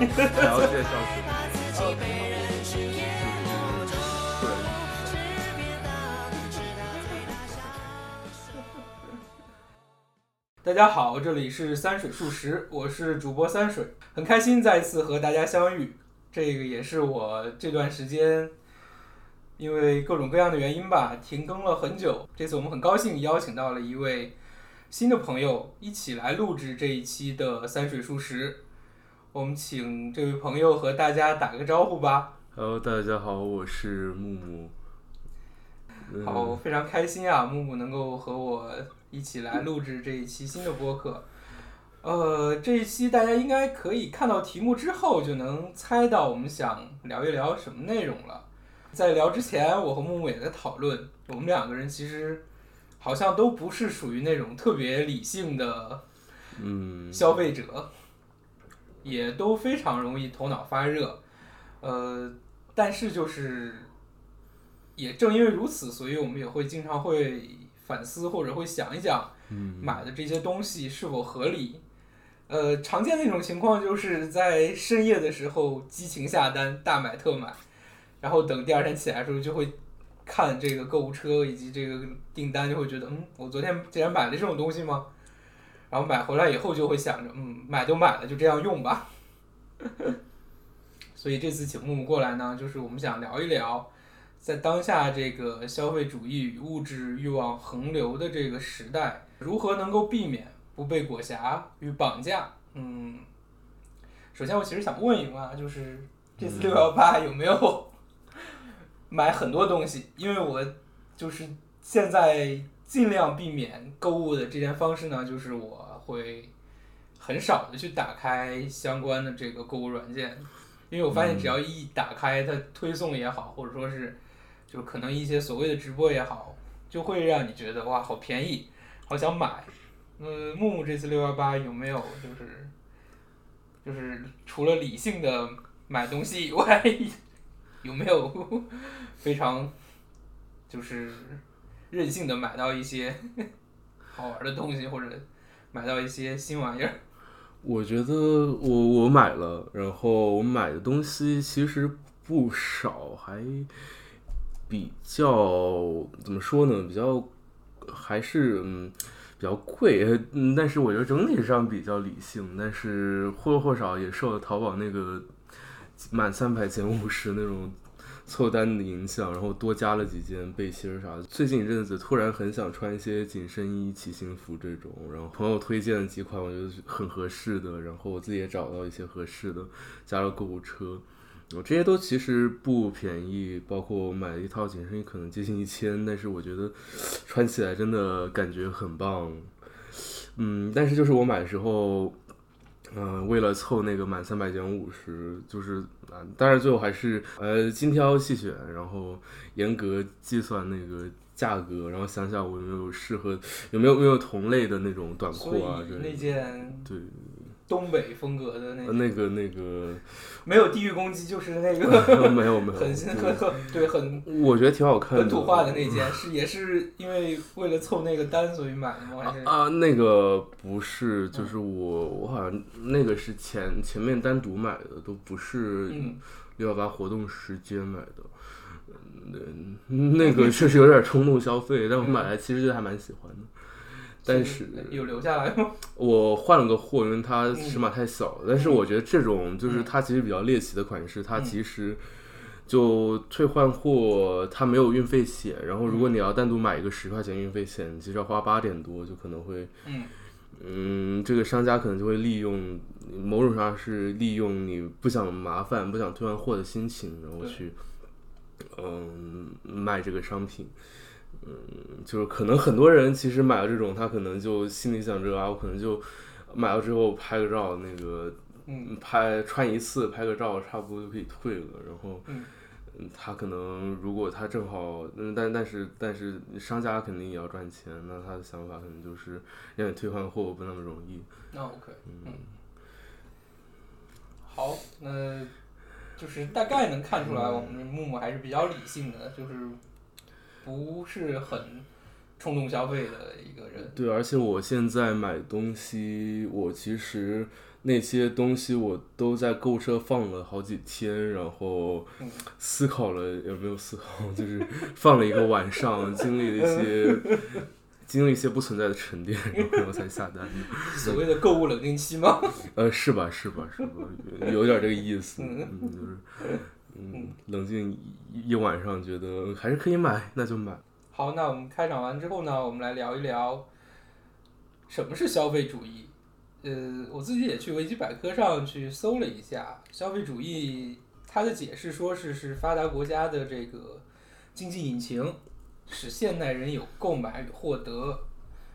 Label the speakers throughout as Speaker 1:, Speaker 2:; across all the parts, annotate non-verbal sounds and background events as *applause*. Speaker 1: 然后介绍是
Speaker 2: 大家好，这里是三水数十，我是主播三水，很开心再一次和大家相遇。这个也是我这段时间因为各种各样的原因吧，停更了很久。这次我们很高兴邀请到了一位新的朋友，一起来录制这一期的三水数十。我们请这位朋友和大家打个招呼吧。
Speaker 1: Hello，大家好，我是木木。嗯
Speaker 2: 好，我非常开心啊，木木能够和我一起来录制这一期新的播客。呃，这一期大家应该可以看到题目之后就能猜到我们想聊一聊什么内容了。在聊之前，我和木木也在讨论，我们两个人其实好像都不是属于那种特别理性的
Speaker 1: 嗯，
Speaker 2: 消费者，也都非常容易头脑发热。呃，但是就是也正因为如此，所以我们也会经常会反思或者会想一想
Speaker 1: 嗯
Speaker 2: 买的这些东西是否合理。呃，常见的一种情况就是在深夜的时候激情下单，大买特买，然后等第二天起来的时候就会看这个购物车以及这个订单，就会觉得，嗯，我昨天竟然买了这种东西吗？然后买回来以后就会想着，嗯，买都买了，就这样用吧。 *laughs* 所以这次请木木过来呢，就是我们想聊一聊，在当下这个消费主义与物质欲望横流的这个时代，如何能够避免不被裹挟与绑架？嗯，首先我其实想问一问啊，就是这次六幺八有没有 *laughs* 买很多东西？因为我就是现在尽量避免购物的这件方式呢，就是我会很少的去打开相关的这个购物软件，因为我发现只要一打开它推送也好，或者说是就是可能一些所谓的直播也好，就会让你觉得哇好便宜，好想买。嗯，木木这次六幺八有没有就是就是除了理性的买东西以外，有没有 *laughs* 非常就是任性的买到一些好玩的东西，或者买到一些新玩意儿？
Speaker 1: 我觉得我我买了，然后我买的东西其实不少，还比较怎么说呢？比较还是嗯比较贵，嗯，但是我觉得整体上比较理性，但是或或少也受了淘宝那个满三百减五十那种。凑单的影响，然后多加了几件背心儿啥的。最近一阵子突然很想穿一些紧身衣、骑行服这种，然后朋友推荐了几款，我觉得很合适的，然后我自己也找到一些合适的，加了购物车。我这些都其实不便宜，包括我买了一套紧身衣，可能接近一千，但是我觉得穿起来真的感觉很棒。嗯，但是就是我买的时候，嗯、为了凑那个满三百减五十，就是啊，但是最后还是呃精挑细选，然后严格计算那个价格，然后想想我有没有适合，有没有没有同类的那种短
Speaker 2: 所
Speaker 1: 裤
Speaker 2: 以
Speaker 1: 啊之类
Speaker 2: 那
Speaker 1: 的。
Speaker 2: 件
Speaker 1: 对，
Speaker 2: 东北风格的那
Speaker 1: 呃那个那个
Speaker 2: 没有地域攻击，就是
Speaker 1: *laughs*
Speaker 2: 那个
Speaker 1: 没有没有，
Speaker 2: 很新很
Speaker 1: 对
Speaker 2: *laughs* 很对很
Speaker 1: 我觉得挺好看的。
Speaker 2: 本土化的那
Speaker 1: 嗯
Speaker 2: 件，是也是因为为了凑那个单所以买的吗？还是
Speaker 1: 啊，那个不是，就是我，我好像那个是前前面单独买的，都不是
Speaker 2: 嗯，
Speaker 1: 六幺八活动时间买的。嗯，那个确实有点冲动消费，但我买来其实就还蛮喜欢的。但是
Speaker 2: 有留下来吗？
Speaker 1: 我换了个货，因为它尺码太小了。但是我觉得这种就是它其实比较猎奇的款式，它其实就退换货，它没有运费险。然后如果你要单独买一个十块钱运费险，你其实要花八点多，就可能会，
Speaker 2: 嗯
Speaker 1: 嗯，这个商家可能就会利用某种上是利用你不想麻烦、不想退换货的心情，然后
Speaker 2: 对
Speaker 1: 去嗯卖这个商品。嗯就是可能很多人其实买了这种，他可能就心里想着啊，我可能就买了之后拍个照，那个
Speaker 2: 嗯
Speaker 1: 拍穿一次拍个照，差不多就可以退了。然后
Speaker 2: 嗯
Speaker 1: 嗯他可能如果他正好，嗯，但但是但是商家肯定也要赚钱，那他的想法可能就是让你退换货不那么容易。
Speaker 2: 那 OK，嗯，好，那就是大概能看出来，我们木木还是比较理性的，就是不是很冲动消费的一个
Speaker 1: *laughs*
Speaker 2: 人。
Speaker 1: 对，而且我现在买东西，我其实那些东西我都在购物车放了好几天，然后
Speaker 2: 嗯
Speaker 1: 思考了有没有思考，就是放了一个晚上，经历了一 *laughs* 些经历一些不存在的沉淀，然后才下单 *laughs* 的。
Speaker 2: 所谓的购物冷静期吗？
Speaker 1: 呃，是吧？是吧？是吧？有有点这个意思，嗯，就是，嗯，冷静一一晚上，觉得还是可以买，那就买。
Speaker 2: 好，那我们开场完之后呢，我们来聊一聊什么是消费主义。呃，我自己也去维基百科上去搜了一下，消费主义它的解释说是是发达国家的这个经济引擎，使现代人有购买与获得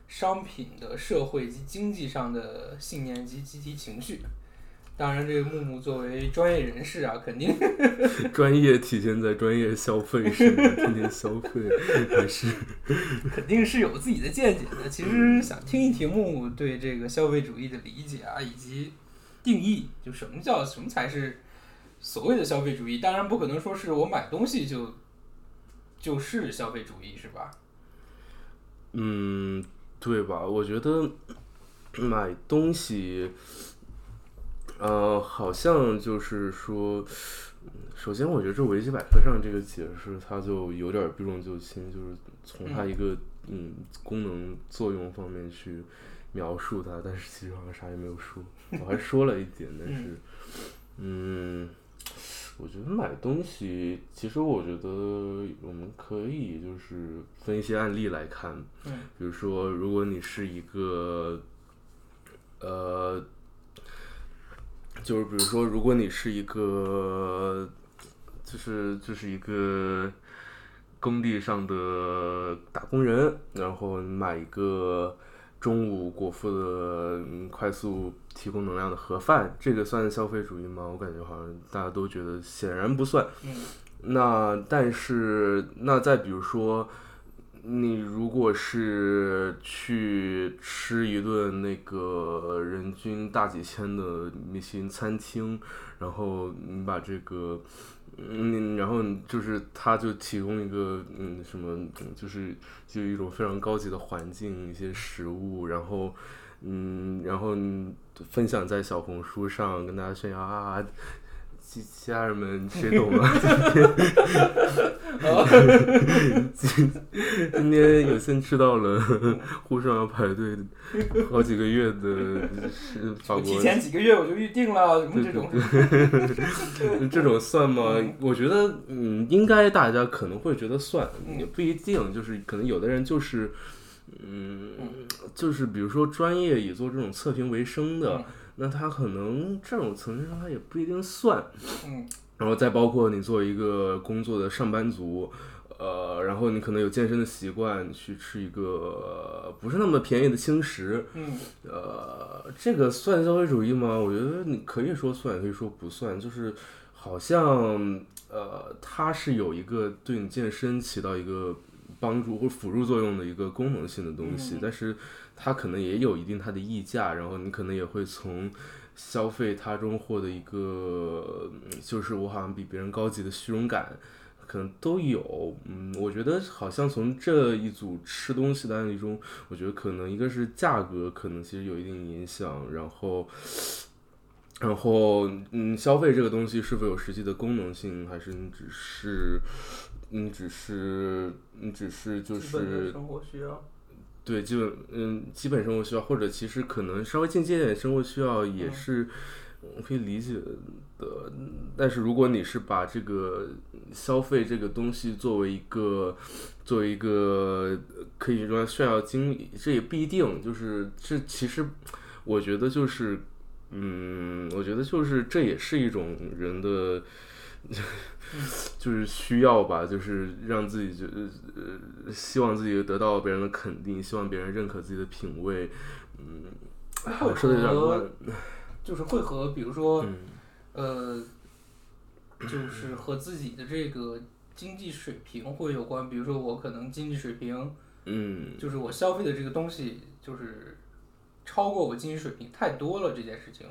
Speaker 2: 商品的社会及经济上的信念及集体情绪。当然，这个木木作为专业人士啊，肯定
Speaker 1: *laughs* 专业体现在专业消费上，天天消费还是
Speaker 2: 肯定是有自己的见解的。其实想听一听木木对这个消费主义的理解啊，以及定义，就什么叫什么才是所谓的消费主义。当然不可能说是我买东西就就是消费主义，是吧？
Speaker 1: 嗯，对吧？我觉得买东西，呃，好像就是说，首先我觉得这维基百科上这个解释，它就有点儿避重就轻，就是从它一个嗯功能作用方面去描述它，但是其实好像啥也没有说，我还说了一点，但是嗯。我觉得买东西，其实我觉得我们可以就是分一些案例来看，
Speaker 2: 嗯
Speaker 1: 比如说，如果你是一个，呃，就是比如说，如果你是一个，就是就是一个工地上的打工人，然后你买一个中午果腹的嗯快速提供能量的盒饭，这个算消费主义吗？我感觉好像大家都觉得显然不算。
Speaker 2: 嗯
Speaker 1: 那但是，那再比如说，你如果是去吃一顿那个人均大几千的米其林餐厅，然后你把这个，嗯，然后你就是他就提供一个嗯什么，嗯就是就一种非常高级的环境，一些食物，然后。嗯，然后你分享在小红书上，跟大家炫耀啊，家家人们谁懂啊？ *laughs* 今天有幸吃到了 *laughs* 护上要排队好几个月的是法
Speaker 2: 我提
Speaker 1: 国，
Speaker 2: 前几个月我就预定了什么这种，
Speaker 1: 这种算吗？我觉得，嗯，应该大家可能会觉得算，
Speaker 2: 嗯
Speaker 1: 也不一定，就是可能有的人就是，嗯，就是比如说专业以做这种测评为生的
Speaker 2: 嗯，
Speaker 1: 那他可能这种层面上他也不一定算。
Speaker 2: 嗯
Speaker 1: 然后再包括你作为一个工作的上班族，呃，然后你可能有健身的习惯，你去吃一个呃不是那么便宜的轻食，
Speaker 2: 嗯
Speaker 1: 呃，这个算消费主义吗？我觉得你可以说算，也可以说不算，就是好像呃，它是有一个对你健身起到一个帮助或辅助作用的一个功能性的东西，
Speaker 2: 嗯
Speaker 1: 但是它可能也有一定它的溢价，然后你可能也会从。消费它中获得一个，嗯就是我好像比别人高级的虚荣感，可能都有。嗯，我觉得好像从这一组吃东西的案例中，我觉得可能一个是价格可能其实有一定影响，然后，然后嗯，消费这个东西是否有实际的功能性，还是你只是，你只是，你只是就
Speaker 2: 基本的
Speaker 1: 是
Speaker 2: 生活需要，
Speaker 1: 对，基本嗯，基本生活需要，或者其实可能稍微进阶一点生活需要也
Speaker 2: 嗯
Speaker 1: 是我可以理解的。但是如果你是把这个消费这个东西作为一个作为一个可以说炫耀经历，这也不一定。就是这其实我觉得就是嗯，我觉得就是这也是一种人的。就是需要吧，就是让自己就呃，希望自己得到别人的肯定，希望别人认可自己的品味。嗯，哎我说的有点乱。
Speaker 2: 就是会和比如说
Speaker 1: 嗯，
Speaker 2: 呃，就是和自己的这个经济水平会有关。比如说我可能经济水平。
Speaker 1: 嗯，
Speaker 2: 就是我消费的这个东西就是超过我经济水平太多了，这件事情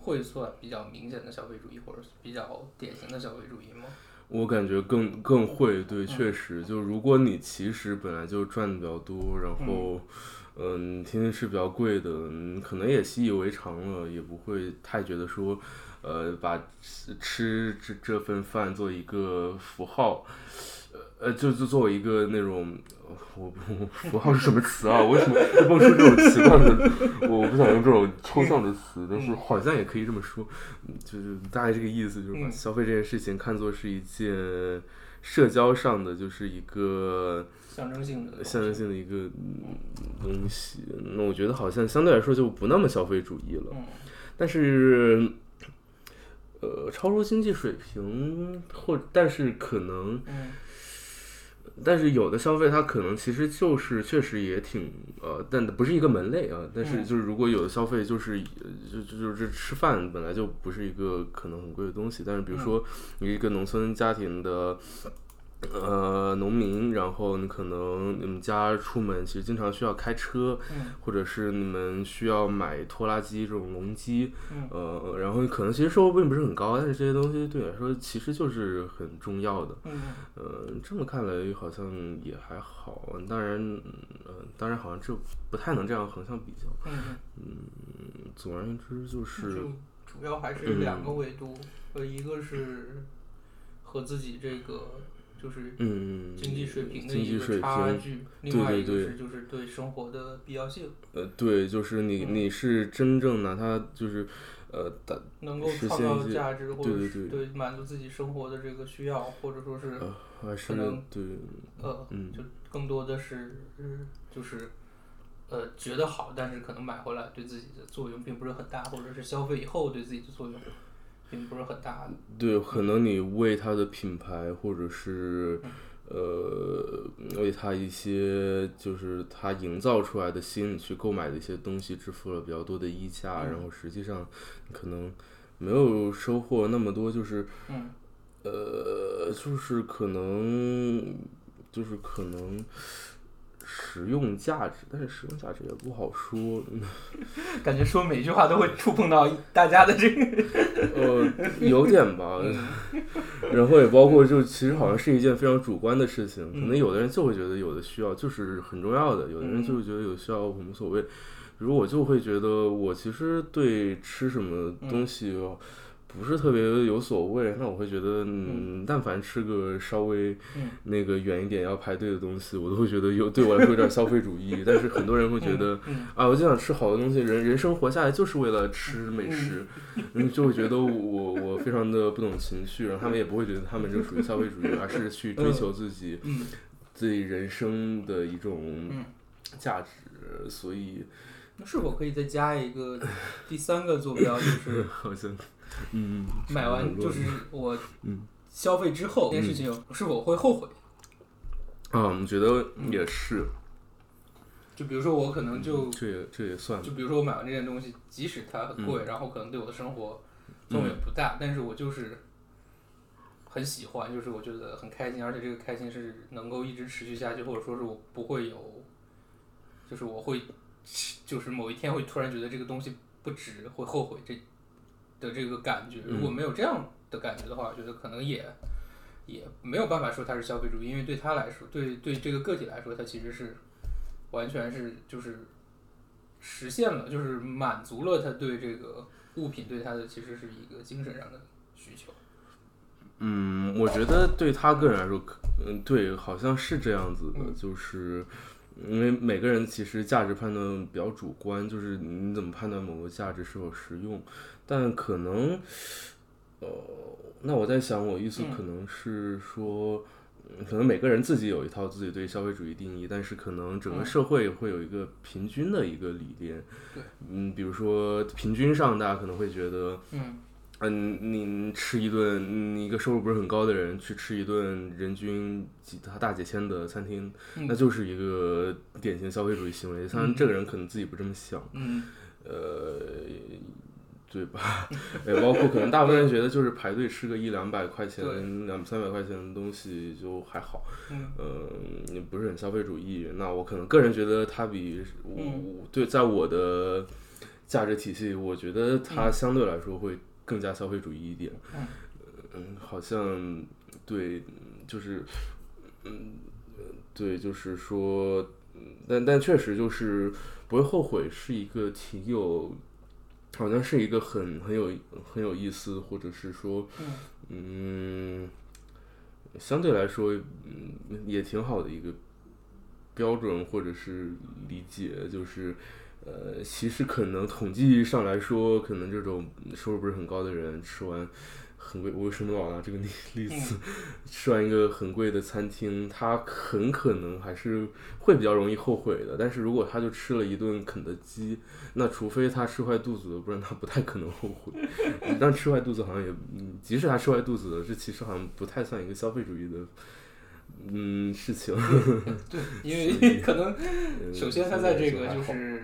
Speaker 2: 会算比较明显的消费主义，或者是比较典型的消费主义吗？
Speaker 1: 我感觉更更会，对，确实，就如果你其实本来就赚的比较多，然后，嗯，天天吃比较贵的，嗯可能也习以为常了，也不会太觉得说，呃，把吃吃这这份饭做一个符号，呃，就就作为一个那种，呃我我符号是什么词啊？我为什么会蹦出这种奇怪的？ *laughs* 我我不想用这种抽象的词，但是好像也可以这么说。嗯就是大概这个意思，就是把
Speaker 2: 嗯
Speaker 1: 消费这件事情看作是一件社交上的，就是一个
Speaker 2: 象征性的东西
Speaker 1: 象征性的一个嗯东西。嗯那我觉得好像相对来说就不那么消费主义了，
Speaker 2: 嗯
Speaker 1: 但是。呃，超出经济水平，或但是可能，
Speaker 2: 嗯
Speaker 1: 但是有的消费它可能其实就是确实也挺呃，但不是一个门类啊。但是
Speaker 2: 嗯
Speaker 1: 就是如果有的消费就是呃就就就是吃饭本来就不是一个可能很贵的东西，但是比
Speaker 2: 嗯
Speaker 1: 如说你一个农村家庭的。呃，农民，然后你可能你们家出门其实经常需要开车，
Speaker 2: 嗯
Speaker 1: 或者是你们需要买拖拉机这种农机，
Speaker 2: 嗯
Speaker 1: 呃，然后可能其实收入并不是很高，但是这些东西对你来说其实就是很重要的。
Speaker 2: 嗯，
Speaker 1: 呃，这么看来好像也还好，当然，呃，当然好像这不太能这样横向比较。嗯
Speaker 2: 嗯，
Speaker 1: 总而言之，就嗯
Speaker 2: 就是主要还是两个维度，呃，一个是和自己这个就是
Speaker 1: 嗯，
Speaker 2: 经济水平的
Speaker 1: 经
Speaker 2: 一
Speaker 1: 济
Speaker 2: 个
Speaker 1: 水
Speaker 2: 差
Speaker 1: 平，
Speaker 2: 距，
Speaker 1: 对
Speaker 2: 另外一个
Speaker 1: 对
Speaker 2: 是就是对生活的必要性，
Speaker 1: 呃，对，就是你
Speaker 2: 嗯
Speaker 1: 你是真正拿它就是，呃，打
Speaker 2: 能够
Speaker 1: 实
Speaker 2: 创
Speaker 1: 现一
Speaker 2: 造
Speaker 1: 些
Speaker 2: 价值，或者
Speaker 1: 对
Speaker 2: 是
Speaker 1: 对
Speaker 2: 对满足自己生活的这个需要，或者说是
Speaker 1: 呃还是
Speaker 2: 可能
Speaker 1: 对，
Speaker 2: 呃，
Speaker 1: 嗯
Speaker 2: 就更多的是嗯就是。呃，觉得好，但是可能买回来对自己的作用并不是很大，或者是消费以后对自己的作用并不是很大的。
Speaker 1: 对，可能你为它的品牌或者是。呃，为它一些就是它营造出来的吸引你去购买的一些东西支付了比较多的溢价，
Speaker 2: 嗯
Speaker 1: 然后实际上可能没有收获那么多，就是
Speaker 2: 嗯
Speaker 1: 呃，就是可能就是可能实用价值，但是实用价值也不好说，嗯
Speaker 2: 感觉说每一句话都会触碰到大家的这个， *laughs*
Speaker 1: 呃，有点吧， *laughs* 然后也包括就其实好像是一件非常主观的事情，可能有的人就会觉得有的需要就是很重要的，有的人就会觉得有需要我无所谓。比如我就会觉得我其实对吃什么东西不是特别有所谓，那我会觉得嗯，但凡吃个稍微
Speaker 2: 嗯
Speaker 1: 那个远一点要排队的东西，我都会觉得有对我来说有点消费主义。但是很多人会觉得
Speaker 2: 嗯，
Speaker 1: 啊，我就想吃好的东西，人人生活下来就是为了吃美食， *laughs* 嗯，就会觉得我我我非常的不懂情绪，然后他们也不会觉得他们这属于消费主义，而是去追求自己
Speaker 2: 嗯
Speaker 1: 自己人生的一种
Speaker 2: 嗯
Speaker 1: 价值，所以
Speaker 2: 那是否可以再加一个第三个坐标， *laughs* 就是
Speaker 1: *laughs* 好像，嗯，
Speaker 2: 买完就是我
Speaker 1: 嗯
Speaker 2: 消费之后这件事情是否会后悔？
Speaker 1: 啊，我觉得也是，
Speaker 2: 就比如说我可能就
Speaker 1: 这也这也算吧，
Speaker 2: 就比如说我买完这件东西，即使它很贵，然后可能对我的生活作用也不大，但是我就是。很喜欢，就是我觉得很开心，而且这个开心是能够一直持续下去，或者说是我不会有，就是我会，就是某一天会突然觉得这个东西不值，会后悔这的这个感觉。如果没有这样的感觉的话，我觉得可能也也没有办法说它是消费主义，因为对他来说，对对这个个体来说，它其实是完全是就是实现了，就是满足了他对这个物品对他的其实是一个精神上的需求。
Speaker 1: 嗯，我觉得对他个人来说，可嗯，对，好像是这样子的，就是因为每个人其实价值判断比较主观，就是你怎么判断某个价值是否实用，但可能，呃，那我在想，我意思可能是说。嗯可能每个人自己有一套自己对消费主义定义，但是可能整个社会会有一个平均的一个理念。
Speaker 2: 对，
Speaker 1: 嗯，比如说平均上，大家可能会觉得，
Speaker 2: 嗯
Speaker 1: 嗯，你你吃一顿，你一个收入不是很高的人去吃一顿人均几他大几千的餐厅，
Speaker 2: 嗯
Speaker 1: 那就是一个典型消费主义行为。当然，这个人可能自己不这么想，
Speaker 2: 嗯
Speaker 1: 呃，对吧？也包括可能大部分人觉得，就是排队吃个一两百块钱、两三百块钱的东西就还好。
Speaker 2: 嗯
Speaker 1: 嗯，也不是很消费主义。那我可能个人觉得它比我、
Speaker 2: 嗯
Speaker 1: 对，在我的价值体系，我觉
Speaker 2: 嗯
Speaker 1: 得它相对来说会更加消费主义一点。
Speaker 2: 嗯
Speaker 1: 嗯，好像对，就是，嗯，对，就是说，但但确实就是不会后悔，是一个挺有，好像是一个很很有很有意思，或者是说，嗯，相对来说，嗯，也挺好的一个标准或者是理解，就是。呃，其实可能统计上来说，可能这种收入不是很高的人吃完很贵，我为什么老拿啊这个
Speaker 2: *laughs*
Speaker 1: 例例子？
Speaker 2: 嗯
Speaker 1: *laughs* 吃完一个很贵的餐厅，他很可能还是会比较容易后悔的。但是如果他就吃了一顿肯德基，那除非他吃坏肚子了，不然他不太可能后悔。 *laughs* 但吃坏肚子好像也，嗯即使他吃坏肚子了，这其实好像不太算一个消费主义的，嗯，事
Speaker 2: *laughs*
Speaker 1: 情。嗯
Speaker 2: 对，因为可能首先他在这个就
Speaker 1: 还好嗯
Speaker 2: 是，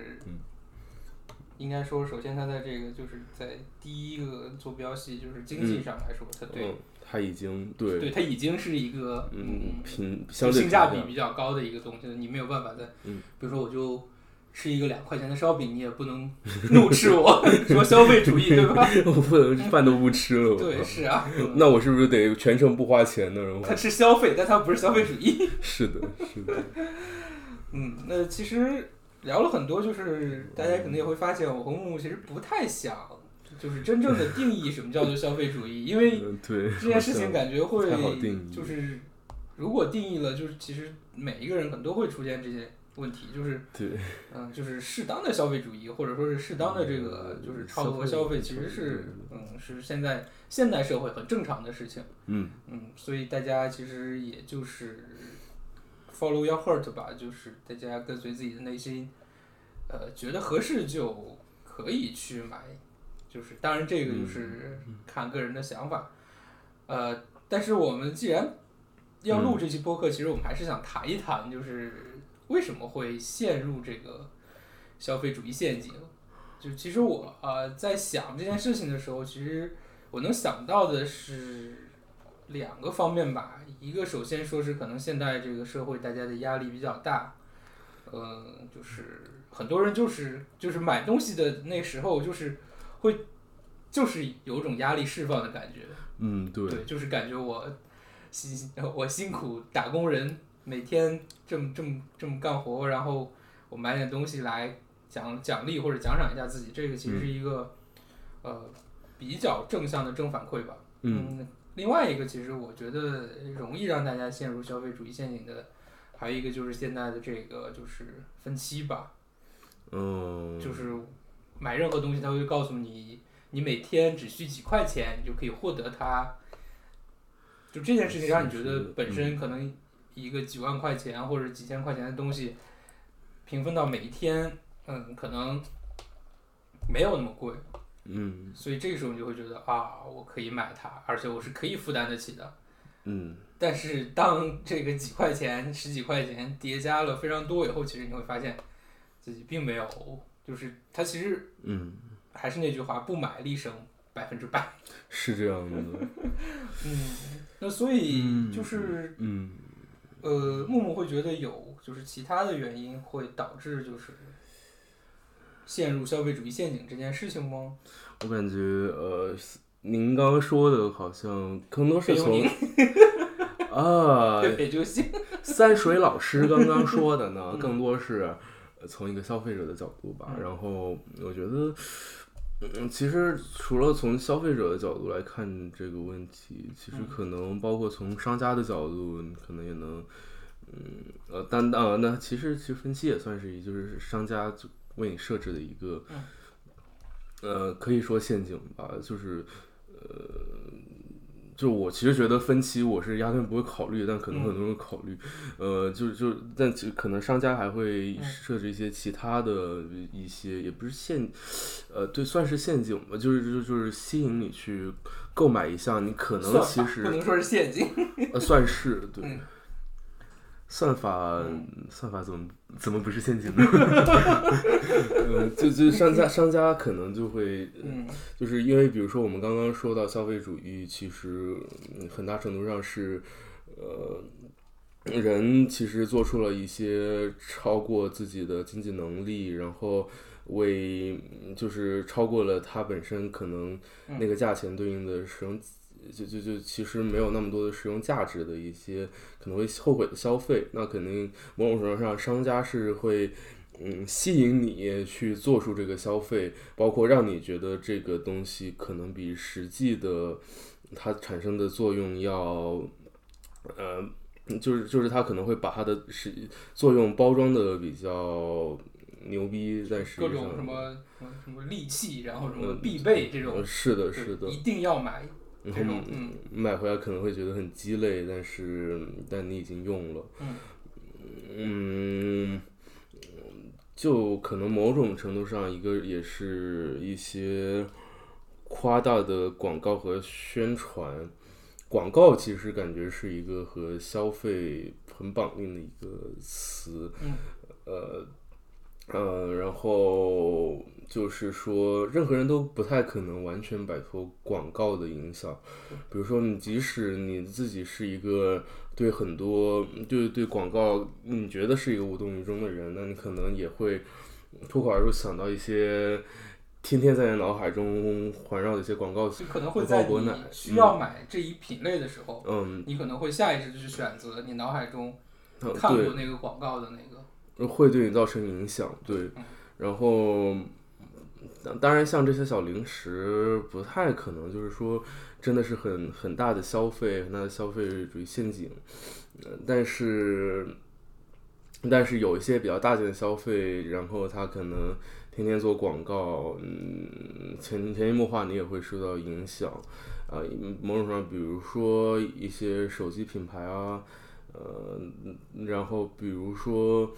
Speaker 2: 应该说，首先他在这个就是在第一个坐标系就是经济上来说，他对呃
Speaker 1: 嗯，他已经对，
Speaker 2: 对他已经是一个
Speaker 1: 嗯，平相对
Speaker 2: 性价比
Speaker 1: 平嗯
Speaker 2: 比较高的一个东西，你没有办法在，比如说我就。吃一个两块钱的烧饼，你也不能怒斥我， *laughs* 说消费主义，对
Speaker 1: *laughs*
Speaker 2: 吧？
Speaker 1: 价我不能饭都不吃了。我
Speaker 2: 对，是啊，
Speaker 1: 那我是不是得全程不花钱呢？然后
Speaker 2: 它是消费，但它不是消费主义。
Speaker 1: 是的，是
Speaker 2: *laughs*
Speaker 1: 的，
Speaker 2: 嗯，那其实聊了很多，就是大家可能也会发现，我和木木其实不太想，就是真正的
Speaker 1: *laughs*
Speaker 2: 定义什么叫做消费主义，因为
Speaker 1: 嗯对，
Speaker 2: 这件事情感觉会
Speaker 1: 太好定义
Speaker 2: 就是，如果定义了，就是其实每一个人可能都会出现这些问题，就是
Speaker 1: 对。
Speaker 2: 嗯，就是适当的消费主义，或者说是适当的这个
Speaker 1: 嗯
Speaker 2: 就是
Speaker 1: 消
Speaker 2: 超额
Speaker 1: 费
Speaker 2: 消费，
Speaker 1: 对
Speaker 2: 其实
Speaker 1: 超
Speaker 2: 是嗯是现在现代社会很正常的事情。
Speaker 1: 嗯
Speaker 2: 嗯，所以大家其实也就是 follow your heart 吧，就是大家跟随自己的内心，呃，觉得合适就可以去买。就是当然这个就是看个人的想法，呃，但是我们既然要录这期播客，其实我们还是想谈一谈，就是为什么会陷入这个消费主义陷阱。就其实我呃在想这件事情的时候，其实我能想到的是两个方面吧。一个首先说是可能现代这个社会大家的压力比较大，呃，就是很多人就是就是买东西的那时候就是会就是有种压力释放的感觉，
Speaker 1: 嗯，对，
Speaker 2: 就是感觉我辛我辛苦打工人，每天这么这么这么干活，然后我买点东西来奖奖励或者奖赏一下自己，这个
Speaker 1: 嗯
Speaker 2: 其实是一个、呃比较正向的正反馈吧。
Speaker 1: 嗯
Speaker 2: 嗯，另外一个其实我觉得容易让大家陷入消费主义陷阱的，还有一个就是现在的这个就是分期吧，
Speaker 1: 嗯，
Speaker 2: 就是买任何东西，他会告诉你，你每天只需几块钱，你就可以获得它。就这件事情让你觉
Speaker 1: 是
Speaker 2: 得
Speaker 1: 是的嗯
Speaker 2: 本身可能一个几万块钱或者几千块钱的东西，平分到每一天，嗯，可能没有那么贵，
Speaker 1: 嗯
Speaker 2: 所以这个时候你就会觉得啊，我可以买它，而且我是可以负担得起的。
Speaker 1: 嗯，
Speaker 2: 但是当这个几块钱、十几块钱叠加了非常多以后，其实你会发现自己并没有，就是它其实
Speaker 1: 嗯，
Speaker 2: 还是那句话，不买立省百分之百。
Speaker 1: 是这样的，
Speaker 2: 嗯， *laughs* 那所以就是、
Speaker 1: 嗯，
Speaker 2: 呃，木木会觉得有就是其他的原因会导致就是陷入消费主义陷阱这件事情吗？
Speaker 1: 我感觉呃，您刚刚说的好像可能都是
Speaker 2: 费
Speaker 1: 从
Speaker 2: 用
Speaker 1: 啊，
Speaker 2: 对，就行。
Speaker 1: 三水老师刚刚说的
Speaker 2: *laughs*
Speaker 1: 呢，更多是呃从一个消费者的角度吧。
Speaker 2: 嗯
Speaker 1: 然后我觉得，嗯，其实除了从消费者的角度来看这个问题，其实可能包括从商家的角度，你可能也能，嗯，呃，但啊，那其实其实分期也算是一，就是商家就为你设置的一个，呃，可以说陷阱吧，就是。呃就我其实觉得分期我是压根不会考虑，但可能很多人会考虑，呃，就是就是，但其实可能商家还会设置一些其他的一些，也不是陷，呃，对，算是陷阱吧，就是就是就是吸引你去购买一项你可能
Speaker 2: 算
Speaker 1: 其
Speaker 2: 法
Speaker 1: 实
Speaker 2: 不能说是陷阱。
Speaker 1: 呃，算是对。
Speaker 2: 嗯
Speaker 1: 算法，算法怎么怎么不是陷阱呢？ *laughs* 呃，就就商家商家可能就会，
Speaker 2: 嗯
Speaker 1: 就是因为比如说我们刚刚说到消费主义，其实嗯很大程度上是，呃，人其实做出了一些超过自己的经济能力，然后为嗯就是超过了他本身可能那个价钱对应的使用就就就其实没有那么多的实用价值的一些可能会后悔的消费，那肯定某种程度上商家是会嗯吸引你去做出这个消费，包括让你觉得这个东西可能比实际的它产生的作用要呃。就是就是它可能会把它的实作用包装的比较牛逼，但实际
Speaker 2: 各
Speaker 1: 上
Speaker 2: 种什么什么什么利器，然后什么必备这种，
Speaker 1: 呃是的，
Speaker 2: 就是
Speaker 1: 的，
Speaker 2: 一定要买
Speaker 1: 然
Speaker 2: 这
Speaker 1: 后
Speaker 2: 种，嗯
Speaker 1: 买回来可能会觉得很鸡肋，但是但你已经用了，
Speaker 2: 嗯
Speaker 1: 嗯，就可能某种程度上，一个也是一些夸大的广告和宣传。广告其实感觉是一个和消费很绑定的一个词，
Speaker 2: 嗯
Speaker 1: 呃呃，然后就是说，任何人都不太可能完全摆脱广告的影响。比如说，你即使你自己是一个对很多对对广告你觉得是一个无动于衷的人，那你可能也会脱口而出想到一些天天在你脑海中环绕的一些广告词。
Speaker 2: 就可能会在
Speaker 1: 包括
Speaker 2: 你
Speaker 1: 奶
Speaker 2: 需要买这一品类的时候，
Speaker 1: 嗯，
Speaker 2: 你可能会下意识的去选择你脑海中
Speaker 1: 呃
Speaker 2: 看
Speaker 1: 对
Speaker 2: 过，那个广告的那个，
Speaker 1: 会对你造成影响，对。然后，当当然像这些小零食，不太可能就是说真的是很很大的消费，很大的消费主义陷阱。呃但是，但是有一些比较大件的消费，然后它可能天天做广告，嗯，潜潜移默化你也会受到影响。啊、某种程度上，比如说一些手机品牌啊，呃，然后比如说。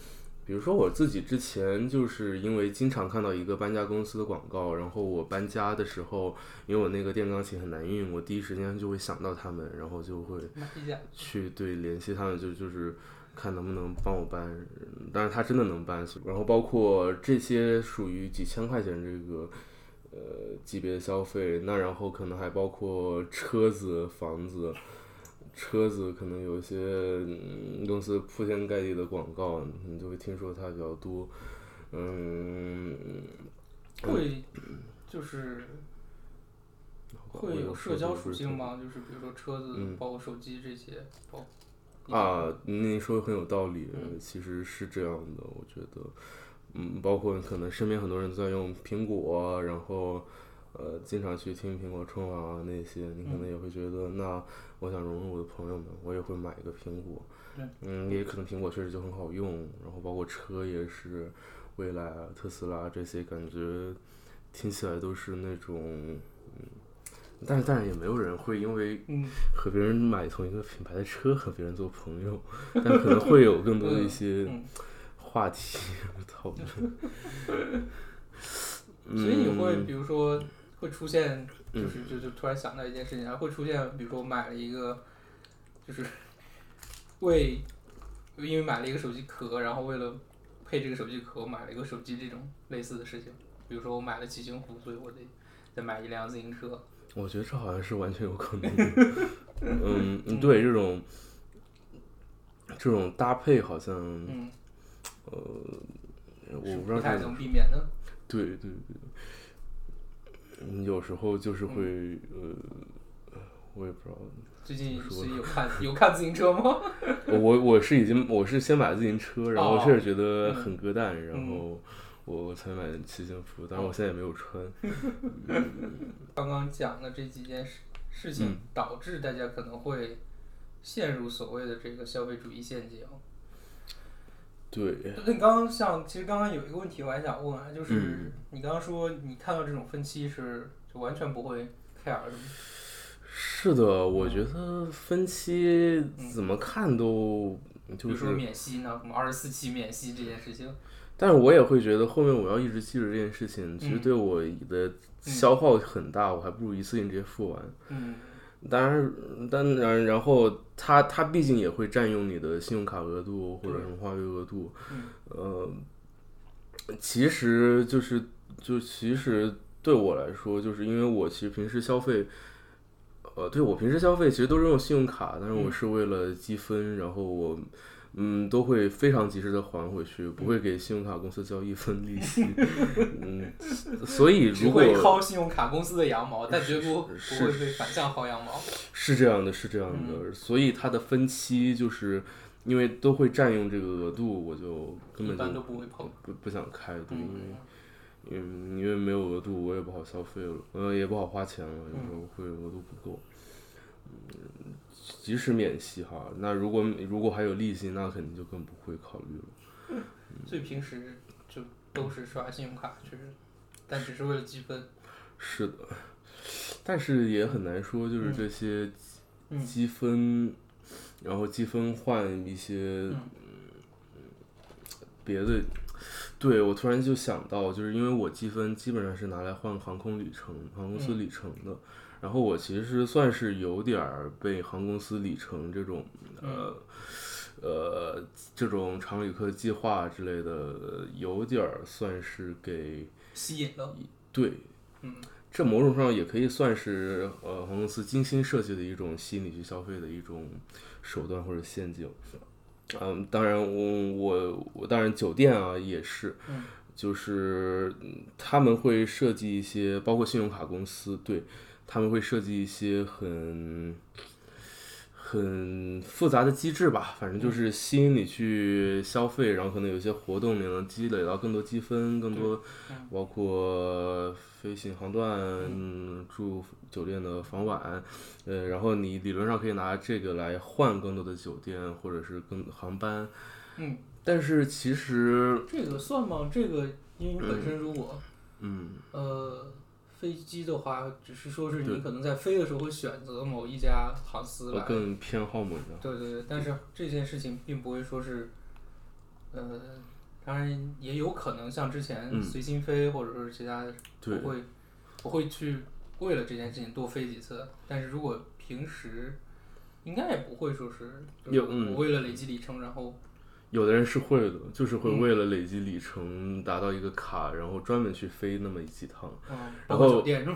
Speaker 1: 比如说我自己之前就是因为经常看到一个搬家公司的广告，然后我搬家的时候，因为我那个电钢琴很难运，我第一时间就会想到他们，然后就会
Speaker 2: 买一下
Speaker 1: 去对联系他们，就就是看能不能帮我搬。嗯但是他真的能搬，所以然后包括这些属于几千块钱这个呃级别的消费，那然后可能还包括车子、房子。车子可能有一些、嗯公司铺天盖地的广告，你就会听说它比较多。嗯，
Speaker 2: 会就是会有社交属性
Speaker 1: 吗？
Speaker 2: 吗？就是比如说车子，包括手机这些，包括
Speaker 1: 嗯啊，你说的很有道理，
Speaker 2: 嗯
Speaker 1: 其实是这样的，我觉得，嗯，包括可能身边很多人在用苹果，然后，呃，经常去听苹果春晚啊那些，你可能也会觉得，那我想融入我的朋友们，我也会买一个苹果
Speaker 2: 对，
Speaker 1: 嗯，也可能苹果确实就很好用，然后包括车也是，蔚来啊、特斯拉这些，感觉听起来都是那种，嗯，但是但是也没有人会因为
Speaker 2: 嗯，
Speaker 1: 和别人买同一个品牌的车，和别人做朋友，但可能会有更多的一些
Speaker 2: 嗯
Speaker 1: 话题讨论。
Speaker 2: *laughs* 所以你会
Speaker 1: 嗯
Speaker 2: 比如说会出现，就是就就突然想到一件事情，然后会出现，比如说我买了一个，就是 *laughs* 为因为买了一个手机壳，然后为了配这个手机壳，我买了一个手机这种类似的事情。比如说我买了骑行服，所以我得再买一辆自行车。
Speaker 1: 我觉得这好像是完全有可能的。嗯，对这种这种搭配，好像
Speaker 2: 嗯，
Speaker 1: 我
Speaker 2: 是
Speaker 1: 不知道
Speaker 2: 不太
Speaker 1: 这
Speaker 2: 能避免的。
Speaker 1: 对对对，嗯有时候就是会、
Speaker 2: 嗯
Speaker 1: 呃，我也不知道。
Speaker 2: 最近
Speaker 1: 怎么说
Speaker 2: 最
Speaker 1: *laughs*
Speaker 2: 近有看有看自行车吗？ *laughs*
Speaker 1: 我我我是已经我是先买自行车，然后
Speaker 2: 哦嗯
Speaker 1: 确实觉得很割蛋，然后我才买骑行服，但是
Speaker 2: 哦
Speaker 1: 我现在也没有穿。
Speaker 2: 刚刚讲的这几件事事
Speaker 1: 嗯
Speaker 2: 情，导致大家可能会陷入所谓的这个消费主义陷阱。
Speaker 1: 对，
Speaker 2: 那你刚刚像，其实刚刚有一个问题我还想问啊，就是
Speaker 1: 嗯
Speaker 2: 你刚刚说你看到这种分期是就完全不会 care 什么
Speaker 1: 是的，我觉
Speaker 2: 嗯
Speaker 1: 得分期怎么看都
Speaker 2: 比
Speaker 1: 嗯就
Speaker 2: 如说
Speaker 1: 是，
Speaker 2: 免息呢，什么二十四期免息这件事情，
Speaker 1: 但是我也会觉得后面我要一直记着这件事情，
Speaker 2: 嗯
Speaker 1: 其实对我的消耗很大，我还不如一次性直接付完。
Speaker 2: 嗯，
Speaker 1: 当然，当然，然后它它毕竟也会占用你的信用卡额度或者什么花呗额度，呃，其实就是就其实对我来说，就是因为我其实平时消费，呃，对我平时消费其实都是用信用卡，但是我是为了积分，然后我嗯，都会非常及时的还回去，不会给信用卡公司交一分利息。嗯，所以
Speaker 2: 只
Speaker 1: 如果
Speaker 2: 会薅信用卡公司的羊毛，但绝不
Speaker 1: 是
Speaker 2: 不会被反向薅羊毛。
Speaker 1: 是这样的，是这样的，
Speaker 2: 嗯
Speaker 1: 所以它的分期就是因为都会占用这个额度，我就根
Speaker 2: 一
Speaker 1: 本
Speaker 2: 般
Speaker 1: 就
Speaker 2: 都不会碰。
Speaker 1: 不不想开，对，因为
Speaker 2: 嗯，
Speaker 1: 嗯，因为没有额度，我也不好消费了，呃，也不好花钱了，有时候会额度不够。嗯，即使免息哈，那如果如果还有利息，那肯定就更不会考虑了。嗯
Speaker 2: 所以平时就都是刷信用卡，就是，但只是为了积分。
Speaker 1: 是的，但是也很难说，就是这些
Speaker 2: 嗯
Speaker 1: 积分，然后积分换一些、
Speaker 2: 嗯
Speaker 1: 别的。对，我突然就想到，就是因为我积分基本上是拿来换航空里程、航空公
Speaker 2: 嗯
Speaker 1: 司里程的，然后我其实算是有点儿被航空公司里程这种呃
Speaker 2: 嗯
Speaker 1: 呃这种常旅客计划之类的，有点儿算是给
Speaker 2: 吸引了，
Speaker 1: 对，
Speaker 2: 嗯，
Speaker 1: 这某种上也可以算是呃航空公司精心设计的一种吸引你去消费的一种手段或者陷阱。嗯，当然我我我当然酒店啊也是，
Speaker 2: 嗯
Speaker 1: 就是嗯他们会设计一些，包括信用卡公司，对他们会设计一些很。很复杂的机制吧，反正就是
Speaker 2: 嗯
Speaker 1: 吸引你去消费，然后可能有一些活动你能积累到更多积分，更多包括飞行航段、嗯住酒店的房晚，呃，然后你理论上可以拿这个来换更多的酒店或者是更航班，
Speaker 2: 嗯，
Speaker 1: 但是其实，
Speaker 2: 这个算吗？这个因为你本身如果、
Speaker 1: 嗯，
Speaker 2: 呃飞机的话，只是说是
Speaker 1: 对
Speaker 2: 你可能在飞的时候会选择某一家航司
Speaker 1: 我
Speaker 2: 来，
Speaker 1: 更偏好某一家，
Speaker 2: 对对对，但是这件事情并不会说是，呃，当然也有可能像之前
Speaker 1: 嗯
Speaker 2: 随心飞或者说是其他的，
Speaker 1: 对
Speaker 2: 我会我会去为了这件事情多飞几次，但是如果平时应该也不会说是，就是
Speaker 1: 有嗯
Speaker 2: 我为了累积里程，然后
Speaker 1: 有的人是会的，就是会
Speaker 2: 嗯
Speaker 1: 为了累积里程达到一个卡，然后专门去飞那么几趟。
Speaker 2: 嗯，
Speaker 1: 然
Speaker 2: 包
Speaker 1: 后
Speaker 2: 括酒店，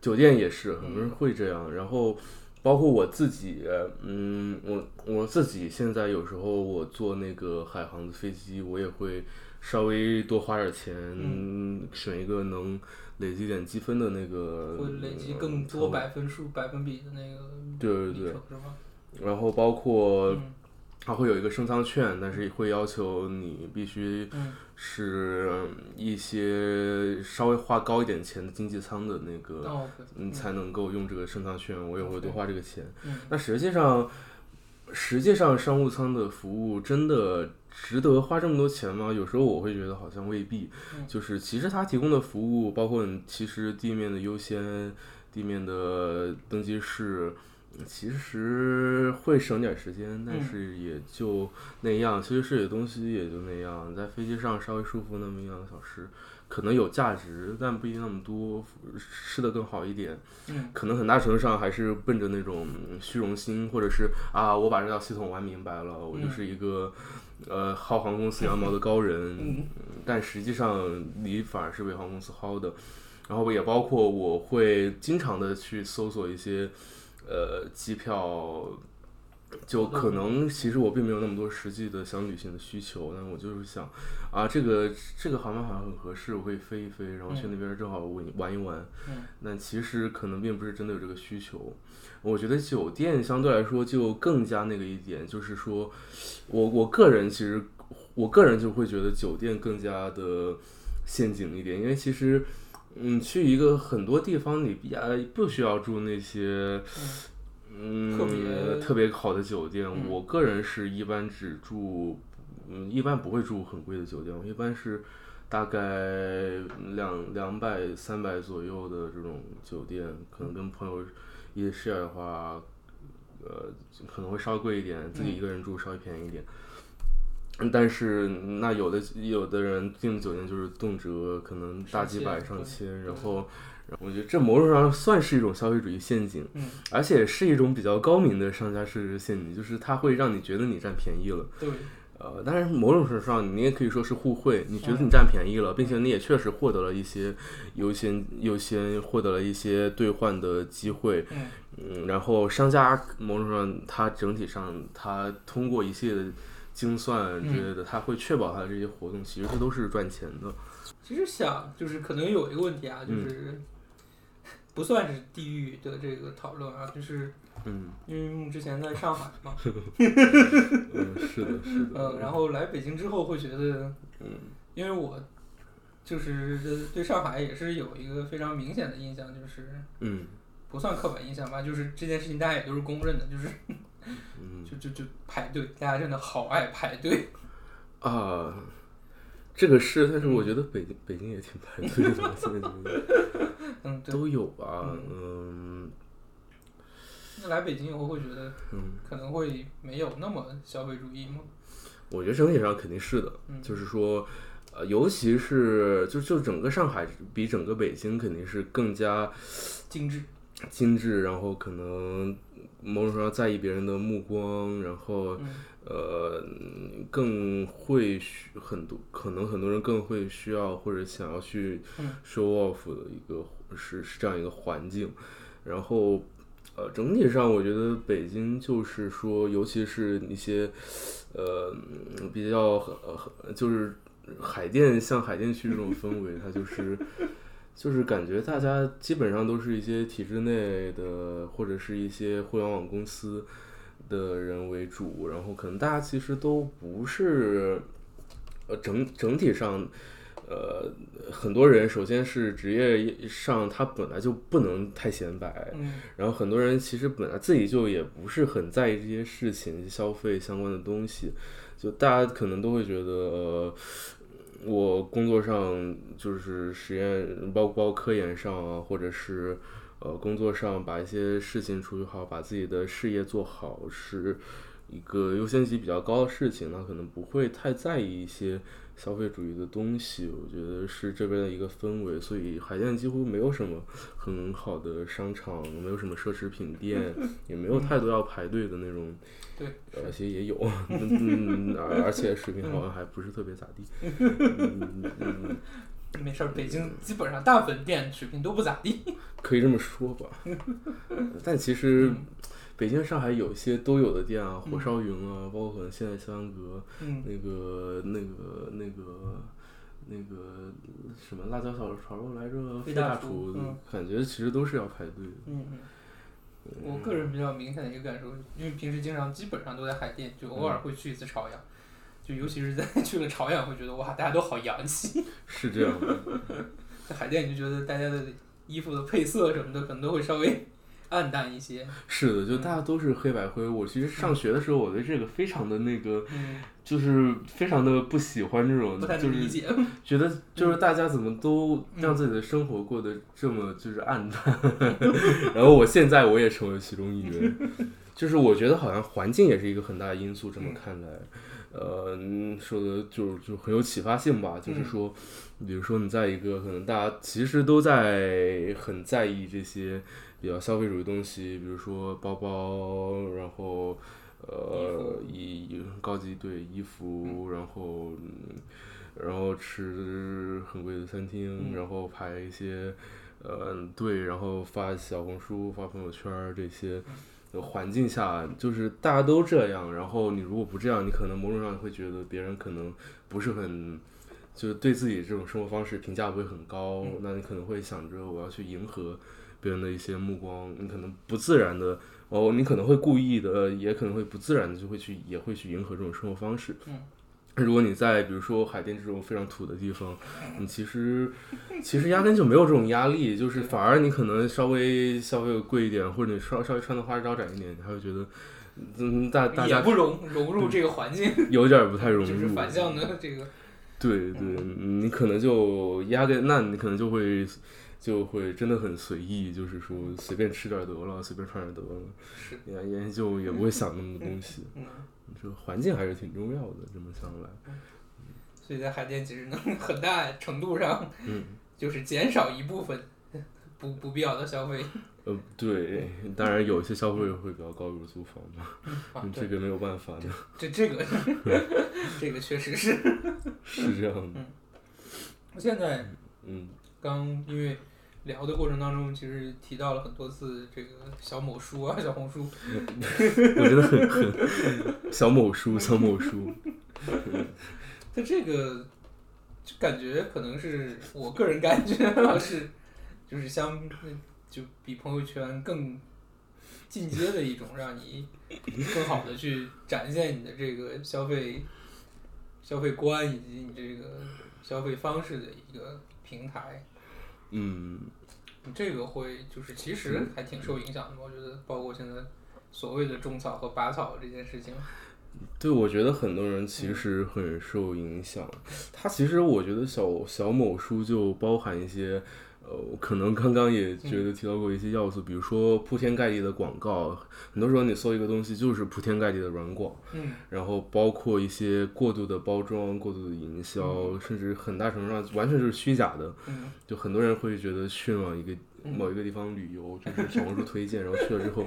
Speaker 1: 酒店也是，很多
Speaker 2: 嗯
Speaker 1: 人会这样。然后包括我自己，嗯，我我自己现在有时候我坐那个海航的飞机，我也会稍微多花点钱，
Speaker 2: 嗯
Speaker 1: 选一个能累积点积分的那个，
Speaker 2: 会累积
Speaker 1: 嗯
Speaker 2: 更
Speaker 1: 舱
Speaker 2: 多百分数、百分比的那个
Speaker 1: 对对
Speaker 2: 里
Speaker 1: 对
Speaker 2: 程，是吗？
Speaker 1: 然后包括
Speaker 2: 嗯
Speaker 1: 它会有一个升舱券，但是会要求你必须
Speaker 2: 嗯
Speaker 1: 是一些稍微花高一点钱的经济舱的那个
Speaker 2: 哦，对
Speaker 1: 你才能够用这个升舱券，我也会多花这个钱。
Speaker 2: 嗯
Speaker 1: 那实际上，实际上商务舱的服务真的值得花这么多钱吗？有时候我会觉得好像未必。
Speaker 2: 嗯
Speaker 1: 就是其实它提供的服务，包括你其实地面的优先、地面的登机室。其实会省点时间，但是也就那样。其实这些东西也就那样，在飞机上稍微舒服那么一两个小时，可能有价值，但不一定那么多，吃的更好一点。
Speaker 2: 嗯
Speaker 1: 可能很大程度上还是奔着那种嗯虚荣心，或者是啊，我把这套系统玩明白了，我就是一个、呃薅航空公司羊毛的高人。
Speaker 2: 嗯
Speaker 1: 但实际上你反而是被航空公司薅的。然后也包括我会经常的去搜索一些呃机票。就可能其实我并没有那么多实际的想旅行的需求，但我就是想，啊，这个这个航班好像很合适，我可以飞一飞，然后去那边正好玩玩一玩。
Speaker 2: 嗯
Speaker 1: 那其实可能并不是真的有这个需求。我觉得酒店相对来说就更加那个一点，就是说，我我个人其实我个人就会觉得酒店更加的陷阱一点，因为其实。嗯，去一个很多地方，你呃不需要住那些嗯
Speaker 2: 特别
Speaker 1: 特别好的酒店。
Speaker 2: 嗯
Speaker 1: 我个人是一般只住，嗯，一般不会住很贵的酒店，我一般是大概两两百三百左右的这种酒店，可能跟朋友一起 share 的话，呃，可能会稍微贵一点，自
Speaker 2: 嗯
Speaker 1: 己一个人住稍微便宜一点。嗯但是那有的有的人订酒店就是动辄可能大几百
Speaker 2: 上
Speaker 1: 上
Speaker 2: 千
Speaker 1: 千，
Speaker 2: 对
Speaker 1: 然后然后我觉得这某种上算是一种消费主义陷阱，
Speaker 2: 嗯，
Speaker 1: 而且是一种比较高明的上下设置陷阱，就是它会让你觉得你占便宜了。
Speaker 2: 对，
Speaker 1: 呃，但是某种程度上，你也可以说是互惠。你觉得你占便宜了，并且你也确实获得了一些优先优先获得了一些兑换的机会。
Speaker 2: 嗯
Speaker 1: 嗯，然后商家某种程度上，它整体上它通过一系列的精算之类的，
Speaker 2: 嗯
Speaker 1: 他会确保他的这些活动其实它都是赚钱的。
Speaker 2: 其实想就是可能有一个问题啊，就是、不算是地域的这个讨论啊，就是
Speaker 1: 嗯
Speaker 2: 因为我们之前在上海嘛，
Speaker 1: 嗯，是的，是
Speaker 2: 嗯，
Speaker 1: 的。
Speaker 2: 然后来北京之后会觉得，
Speaker 1: 嗯，
Speaker 2: 因为我就是对上海也是有一个非常明显的印象，就是
Speaker 1: 嗯
Speaker 2: 不算刻板印象吧，就是这件事情大家也都是公认的，就是
Speaker 1: 嗯
Speaker 2: *laughs* 就就就排队，大家真的好爱排队，
Speaker 1: 啊，这个是，但是我觉得北京北京也挺排队的， *laughs* 现在觉得
Speaker 2: 嗯，对。
Speaker 1: 都有吧。嗯
Speaker 2: 那来北京以后会觉得
Speaker 1: 嗯，
Speaker 2: 可能会没有那么消费主义吗？
Speaker 1: 我觉得整体上肯定是的，
Speaker 2: 嗯
Speaker 1: 就是说，呃，尤其是就就整个上海比整个北京肯定是更加
Speaker 2: 精致，
Speaker 1: 精致，然后可能某种程度上在意别人的目光，然后
Speaker 2: 嗯
Speaker 1: 呃，更会需很多，可能很多人更会需要或者想要去
Speaker 2: 嗯
Speaker 1: show off 的一个是是这样一个环境，然后。呃，整体上我觉得北京就是说，尤其是一些，呃，嗯比较呃，就是海淀，像海淀区这种氛围，它就是就是感觉大家基本上都是一些体制内的或者是一些互联网公司的人为主，然后可能大家其实都不是，呃，整整体上，呃，很多人首先是职业上他本来就不能太显摆，
Speaker 2: 嗯
Speaker 1: 然后很多人其实本来自己就也不是很在意这些事情，消费相关的东西，就大家可能都会觉得，呃，我工作上就是实验，包括包括科研上啊，或者是呃工作上把一些事情处理好，把自己的事业做好是一个优先级比较高的事情，那可能不会太在意一些消费主义的东西。我觉得是这边的一个氛围，所以海淀几乎没有什么很好的商场，没有什么奢侈品店，
Speaker 2: *laughs*
Speaker 1: 也没有太多要排队的那种。
Speaker 2: 嗯对，
Speaker 1: 呃，其实也有， *laughs* 嗯，而而且水平好像还不是特别咋地。嗯嗯，
Speaker 2: 没事儿，北京基本上大部分店水平都不咋地。
Speaker 1: 可以这么说
Speaker 2: *laughs*
Speaker 1: 吧。但其实北京、上海有一些都有的店啊，火烧云啊，包括可能现在肖央阁
Speaker 2: 嗯，
Speaker 1: 那个、那个、那个、那个什么辣椒炒炒肉来着，
Speaker 2: 费
Speaker 1: 费
Speaker 2: 大
Speaker 1: 大
Speaker 2: 厨
Speaker 1: 厨
Speaker 2: 嗯，
Speaker 1: 感觉其实都是要排队的。
Speaker 2: 嗯嗯，我个人比较明显的一个感受，因为平时经常基本上都在海淀，就
Speaker 1: 嗯
Speaker 2: 偶尔会去一次朝阳，就尤其是在 *laughs* 去了朝阳，会觉得哇，大家都好洋气。
Speaker 1: 是这样的，
Speaker 2: 在海淀你就觉得大家的衣服的配色什么的，可能都会稍微暗淡一些。
Speaker 1: 是的，就大家
Speaker 2: 嗯
Speaker 1: 都是黑白灰。我其实上学的时候，我对这个非常的那个，
Speaker 2: 嗯，
Speaker 1: 就是非常的不喜欢这种
Speaker 2: 不太，
Speaker 1: 就
Speaker 2: 能
Speaker 1: 是
Speaker 2: 理解。
Speaker 1: 觉得就是大家怎么都让自己的生活过得这么就是暗淡， *laughs* 然后我现在我也成为其中一员，就是我觉得好像环境也是一个很大的因素，这么看来，呃，嗯说的就是就很有启发性吧，就是说，比如说你在一个可能大家其实都在很在意这些比较消费主义东西，比如说包包，然后。呃，衣高级对衣服，然后嗯然后吃很贵的餐厅，
Speaker 2: 嗯
Speaker 1: 然后排一些呃队，然后发小红书、发朋友圈儿这些。呃环境下，就是大家都这样，然后你如果不这样，你可能某种上会觉得别人可能不是很，就是对自己这种生活方式评价不会很高，
Speaker 2: 嗯
Speaker 1: 那你可能会想着我要去迎合别人的一些目光，你可能不自然的，哦，你可能会故意的，也可能会不自然的就会去，也会去迎合这种生活方式。
Speaker 2: 嗯
Speaker 1: 如果你在比如说海淀这种非常土的地方，你其
Speaker 2: *laughs*
Speaker 1: 实其实压根就没有这种压力，就是反而你可能稍微稍微贵一点，或者你稍稍微穿的花招展一点，你还会觉得，嗯，大大
Speaker 2: 也
Speaker 1: 家
Speaker 2: 不融融入这个环境，
Speaker 1: 有点不太融
Speaker 2: 就是
Speaker 1: 入。嗯
Speaker 2: 反向的这个，
Speaker 1: 对对，
Speaker 2: 嗯
Speaker 1: 你可能就压根，那你可能就会就会真的很随意，就是说随便吃点儿得了，随便穿点儿得了，
Speaker 2: 是，
Speaker 1: 也也就也不会想那么多东西。
Speaker 2: 嗯，
Speaker 1: 这个环境还是挺重要的，这么想来，
Speaker 2: 所以在海淀其实能 *laughs* 很大程度上
Speaker 1: 嗯。
Speaker 2: 就是减少一部分不不必要的消费。
Speaker 1: 呃，对，当然有一些消费会比较高，比如租房嘛，
Speaker 2: 嗯啊，
Speaker 1: 嗯这
Speaker 2: 对，
Speaker 1: 个没有办法的，
Speaker 2: 这这个这个确实是。
Speaker 1: 是这样的，
Speaker 2: 现在
Speaker 1: 嗯
Speaker 2: 刚因为聊的过程当中，其实提到了很多次这个小某书啊、小红书，
Speaker 1: 我觉得很很小某书，小某书，
Speaker 2: 它这个就感觉可能是我个人感觉啊是，就是相就比朋友圈更进阶的一种，让你更好的去展现你的这个消费消费观以及你这个消费方式的一个平台。
Speaker 1: 嗯，
Speaker 2: 这个会就是其实还挺受影响的吧，我觉得包括现在所谓的种草和拔草这件事情，
Speaker 1: 对，我觉得很多人
Speaker 2: 嗯
Speaker 1: 其实很受影响。它其实我觉得小小某书就包含一些，呃，可能刚刚也觉
Speaker 2: 嗯
Speaker 1: 得提到过一些要素，比如说铺天盖地的广告，很多时候你搜一个东西就是铺天盖地的软广，
Speaker 2: 嗯，
Speaker 1: 然后包括一些过度的包装、过度的营销，甚至很大程度上完全就是虚假的。
Speaker 2: 嗯
Speaker 1: 就很多人会觉得去往一个
Speaker 2: 嗯
Speaker 1: 某一个地方旅游，就是小红书推荐，然后去了之后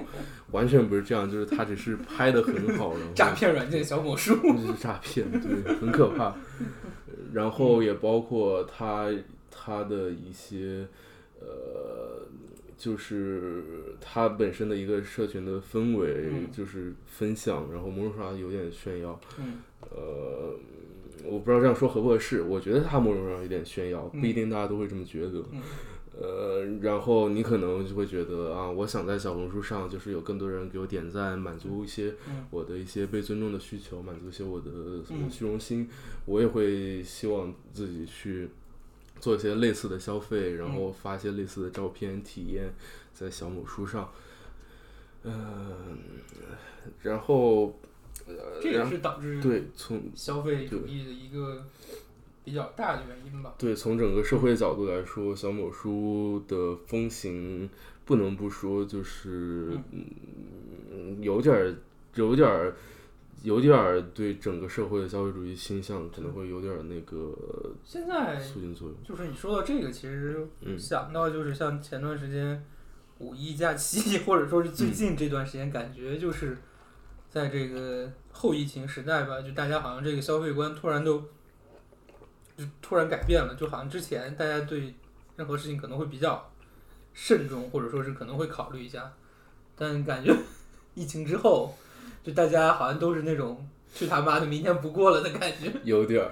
Speaker 1: 完全不是这样，就是他只是拍的很好，然后
Speaker 2: 诈骗软件小某书，
Speaker 1: 就是诈骗，对，很可怕。然后也包括他他的一些呃，就是他本身的一个社群的氛围，
Speaker 2: 嗯
Speaker 1: 就是分享，然后某种程度上有点炫耀。
Speaker 2: 嗯
Speaker 1: 呃，我不知道这样说合不合适，我觉得他某种程度上有点炫耀，
Speaker 2: 嗯
Speaker 1: 不一定大家都会这么觉得。
Speaker 2: 嗯
Speaker 1: 呃，然后你可能就会觉得啊，我想在小红书上就是有更多人给我点赞，满足一些
Speaker 2: 嗯
Speaker 1: 我的一些被尊重的需求，满足一些我的什么
Speaker 2: 嗯
Speaker 1: 虚荣心，我也会希望自己去做一些类似的消费，
Speaker 2: 嗯
Speaker 1: 然后发一些类似的照片体验在小某书上。嗯，然后
Speaker 2: 这也是导致
Speaker 1: 对，从
Speaker 2: 消费主义的一个比较大的原因吧。
Speaker 1: 对，从整个社会角度来说，小某书的风行不能不说就是，嗯，有点儿，有点儿，有点儿对整个社会的消费主义倾向可能会有点儿那个
Speaker 2: 现在
Speaker 1: 促进作用。
Speaker 2: 就是你说到这个，其实
Speaker 1: 嗯
Speaker 2: 想到就是像前段时间五一假期，或者说是最近这段时间，感觉就是在这个后疫情时代吧，就大家好像这个消费观突然都就突然改变了，就好像之前大家对任何事情可能会比较慎重，或者说是可能会考虑一下，但感觉疫情之后，就大家好像都是那种去他妈的，明天不过了的感觉。
Speaker 1: 有点儿，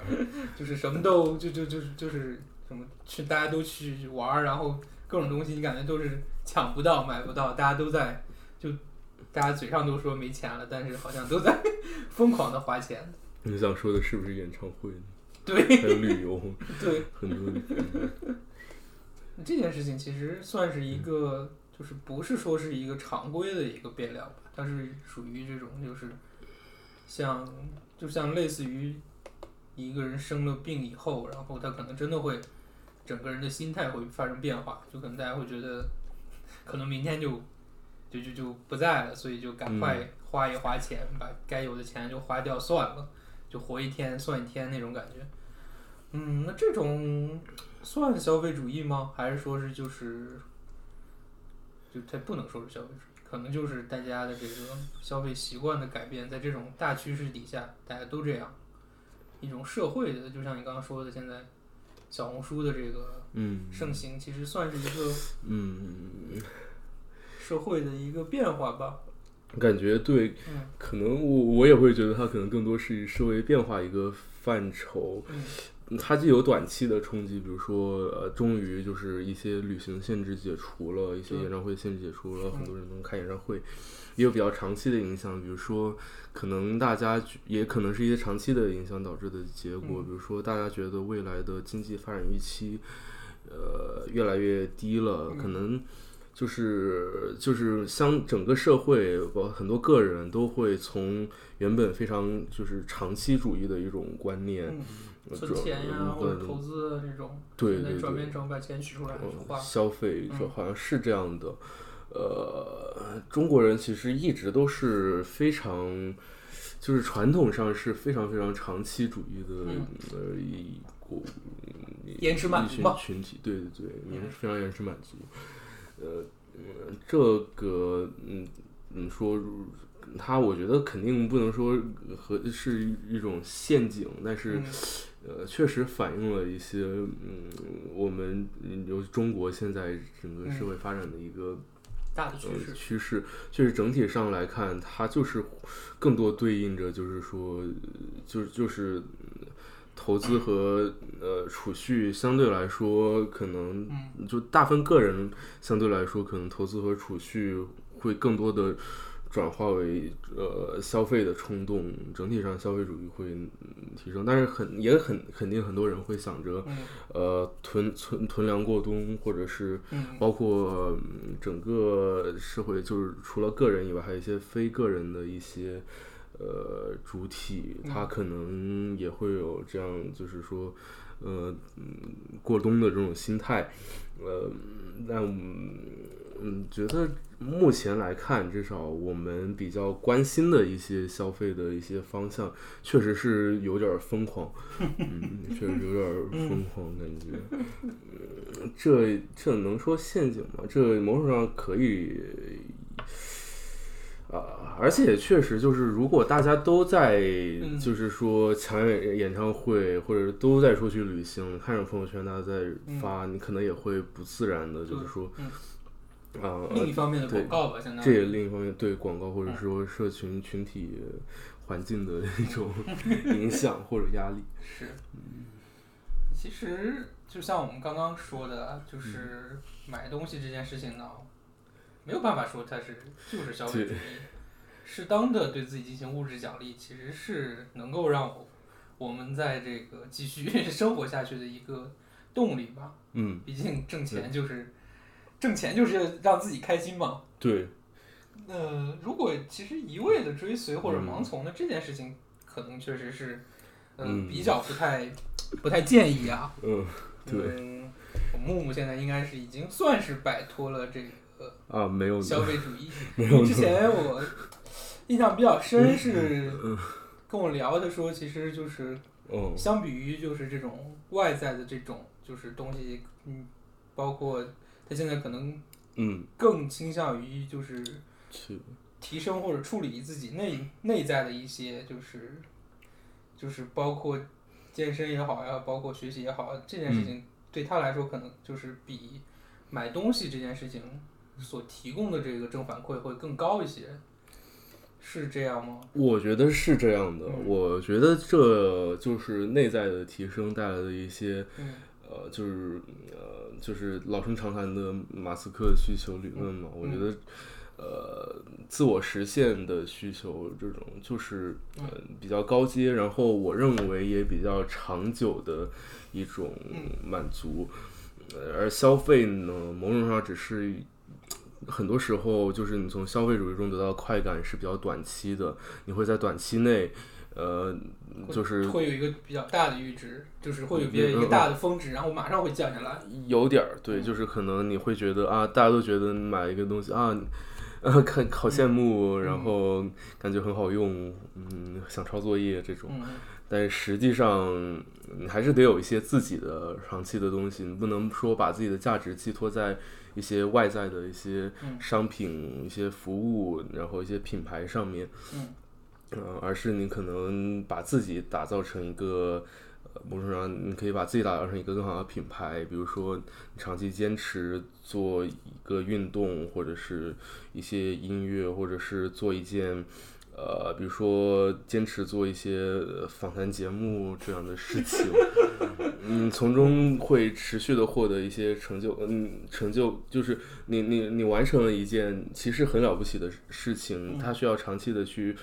Speaker 2: 就是什么都就就就就是什么去大家都去玩儿，然后各种东西你感觉都是抢不到、买不到，大家都在就大家嘴上都说没钱了，但是好像都在疯狂的花钱。
Speaker 1: 你想说的是不是演唱会呢？
Speaker 2: 对
Speaker 1: 还有旅游，
Speaker 2: 对，
Speaker 1: 很多地方
Speaker 2: 这件事情其实算是一个，就是不是说是一个常规的一个变量吧，它是属于这种就是像就像类似于一个人生了病以后，然后他可能真的会整个人的心态会发生变化，就可能大家会觉得可能明天就就就就不在了，所以就赶快花一花钱，把该有的钱就花掉算了，就活一天算一天那种感觉。嗯，那这种算消费主义吗？还是说是就是，就它不能说是消费主义，可能就是大家的这个消费习惯的改变，在这种大趋势底下，大家都这样，一种社会的，就像你刚刚说的，现在小红书的这个
Speaker 1: 嗯
Speaker 2: 盛行，其实算是一个
Speaker 1: 嗯，
Speaker 2: 社会的一个变化吧。
Speaker 1: 感觉对
Speaker 2: 嗯，
Speaker 1: 可能我我也会觉得它可能更多是社会变化一个范畴。
Speaker 2: 嗯
Speaker 1: 它既有短期的冲击，比如说呃，终于就是一些旅行限制解除了，一些
Speaker 2: 对
Speaker 1: 演唱会限制解除了，
Speaker 2: 嗯
Speaker 1: 很多人能开演唱会，也有比较长期的影响，比如说可能大家觉也可能是一些长期的影响导致的结果，
Speaker 2: 嗯
Speaker 1: 比如说大家觉得未来的经济发展预期，呃，越来越低了，
Speaker 2: 嗯
Speaker 1: 可能。就是就是相整个社会，包括很多个人都会从原本非常就是长期主义的一种观念，
Speaker 2: 嗯，
Speaker 1: 呃
Speaker 2: 存钱呀、
Speaker 1: 转
Speaker 2: 或者
Speaker 1: 对
Speaker 2: 投资啊这种，
Speaker 1: 对
Speaker 2: 现在
Speaker 1: 对
Speaker 2: 转
Speaker 1: 对
Speaker 2: 变成把钱取出来去
Speaker 1: 嗯
Speaker 2: 花。
Speaker 1: 消费者
Speaker 2: 嗯
Speaker 1: 好像是这样的。呃，中国人其实一直都是非常，就是传统上是非常非常长期主义的、
Speaker 2: 嗯
Speaker 1: 呃一股
Speaker 2: 延迟满
Speaker 1: 一
Speaker 2: 足
Speaker 1: 群
Speaker 2: 吧
Speaker 1: 群体，对对对，
Speaker 2: 嗯
Speaker 1: 延非常延迟满足。呃，呃这个嗯嗯说，它我觉得肯定不能说和是一种陷阱，但是
Speaker 2: 嗯
Speaker 1: 呃，确实反映了一些嗯，我们嗯由中国现在整
Speaker 2: 嗯
Speaker 1: 个社会发展的一个
Speaker 2: 大的趋
Speaker 1: 呃
Speaker 2: 势。
Speaker 1: 趋势，确实整体上来看，它就是更多对应着就是说，呃就是就是嗯投资和呃储蓄相对来说可能
Speaker 2: 嗯
Speaker 1: 就大分个人相对来说可能投资和储蓄会更多的。转化为呃消费的冲动，整体上消费主义会嗯提升，但是很也很肯定很多人会想着，
Speaker 2: 嗯
Speaker 1: 呃囤存囤粮过冬，或者是包括嗯整个社会，就是除了个人以外，还有一些非个人的一些呃主体，它可能也会有这样，就是说，呃，嗯过冬的这种心态，呃，但嗯嗯，觉得目前来看，至少我们比较关心的一些消费的一些方向，确实是有点儿疯狂，嗯，确实有点儿疯狂感觉。这这能说陷阱吗？这某种上可以，啊、而且确实就是，如果大家都在，
Speaker 2: 嗯
Speaker 1: 就是说抢演演唱会，或者都在出去旅行，看着朋友圈大家
Speaker 2: 嗯
Speaker 1: 在发，你可能也会不自然的，就是说，啊、
Speaker 2: 另一方面的嗯
Speaker 1: 对
Speaker 2: 广告吧，相当
Speaker 1: 这
Speaker 2: 于
Speaker 1: 也另一方面对广告或者说社群群体环境的一
Speaker 2: *laughs*
Speaker 1: 种影响或者压力。
Speaker 2: 是。其实就像我们刚刚说的，啊就是买东西这件事情呢，没有办法说它是就是消费主义。适当的对自己进行物质奖励，其实是能够让我我们在这个继续 *laughs* 生活下去的一个动力吧。
Speaker 1: 嗯，
Speaker 2: 毕竟挣钱就是挣钱就是让自己开心嘛。
Speaker 1: 对，
Speaker 2: 呃，如果其实一味的追随或者盲从的这件事情，可能确实是，呃、
Speaker 1: 嗯
Speaker 2: 比较不太不太建议啊。
Speaker 1: 嗯，对
Speaker 2: 嗯，我木木现在应该是已经算是摆脱了这个
Speaker 1: 啊，没有
Speaker 2: 消费主义。
Speaker 1: 没有嗯
Speaker 2: 之前我印象比较深是跟我聊的说，其实就是
Speaker 1: 嗯
Speaker 2: 相比于就是这种外在的这种就是东西，嗯，包括他现在可能
Speaker 1: 嗯，
Speaker 2: 更倾向于就是
Speaker 1: 去
Speaker 2: 提升或者处理自己内内在的一些，就是就是包括健身也好呀，包括学习也好，这件事
Speaker 1: 嗯
Speaker 2: 情对他来说可能就是比买东西这件事情所提供的这个正反馈会更高一些，是这样吗？
Speaker 1: 我觉得是这样的，
Speaker 2: 嗯
Speaker 1: 我觉得这就是内在的提升带来的一些，
Speaker 2: 嗯
Speaker 1: 呃，就是呃，就是老生常谈的马斯克需求理论嘛。
Speaker 2: 嗯
Speaker 1: 我觉得，呃，自我实现的需求这种就是
Speaker 2: 嗯
Speaker 1: 呃比较高阶，然后我认为也比较长久的一种
Speaker 2: 嗯
Speaker 1: 满足。呃而消费呢，某种程度上只是很多时候就是你从消费主义中得到的快感是比较短期的，你会在短期内，呃，就是
Speaker 2: 会有一个比较大的阈值，就是会有比较
Speaker 1: 嗯
Speaker 2: 一个
Speaker 1: 嗯
Speaker 2: 大的峰值，然后马上会降下来。
Speaker 1: 有点儿对，就是可能你会觉得啊，大家都觉得你买一个东西啊， *laughs* 呃，看好羡慕，然后感觉很好用，嗯，想抄作业这种，
Speaker 2: 嗯，
Speaker 1: 但是实际上你还是得有一些自己的长期的东西，你不能说把自己的价值寄托在一些外在的一些
Speaker 2: 嗯
Speaker 1: 商品、一些服务，然后一些品牌上面，
Speaker 2: 嗯
Speaker 1: 呃，而是你可能把自己打造成一个，呃，某种程度上你可以把自己打造成一个更好的品牌，比如说你长期坚持做一个运动，或者是一些音乐，或者是做一件。呃，比如说坚持做一些呃访谈节目这样的事情，嗯，从中会持续的获得一些成就，嗯，成就就是你你你完成了一件其实很了不起的事情，它需要长期的去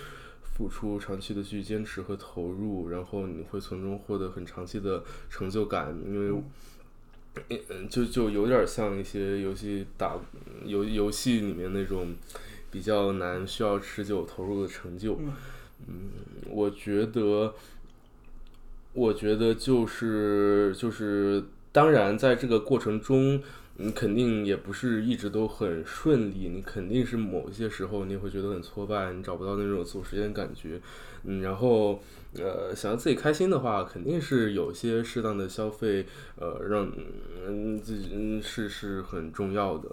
Speaker 1: 付出长期的去坚持和投入，然后你会从中获得很长期的成就感，因为，嗯，就就有点像一些游戏打嗯游游戏里面那种比较难需要持久投入的成就。
Speaker 2: 嗯
Speaker 1: 我觉得，我觉得就是就是，当然在这个过程中，你肯定也不是一直都很顺利，你肯定是某一些时候你会觉得很挫败，你找不到那种自我实现的感觉，嗯，然后呃，想要自己开心的话，肯定是有些适当的消费，呃，让嗯自己嗯是是很重要的。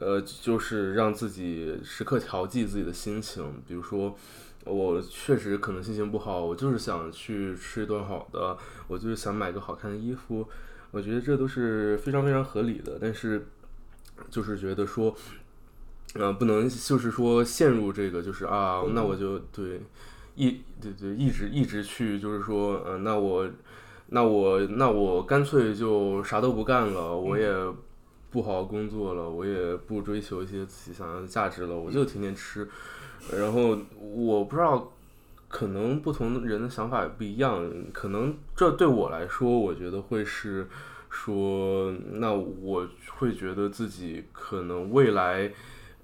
Speaker 1: 呃，就是让自己时刻调剂自己的心情，比如说，我确实可能心情不好，我就是想去吃一顿好的，我就是想买个好看的衣服，我觉得这都是非常非常合理的。但是，就是觉得说，呃，不能就是说陷入这个，就是啊，那我就对一对对一直一直去，就是说，嗯、那我那我那我干脆就啥都不干了，我也不好好工作了，我也不追求一些自己想要的价值了，我就天天吃。然后我不知道，可能不同人的想法也不一样，可能这对我来说，我觉得会是说，那我会觉得自己可能未来，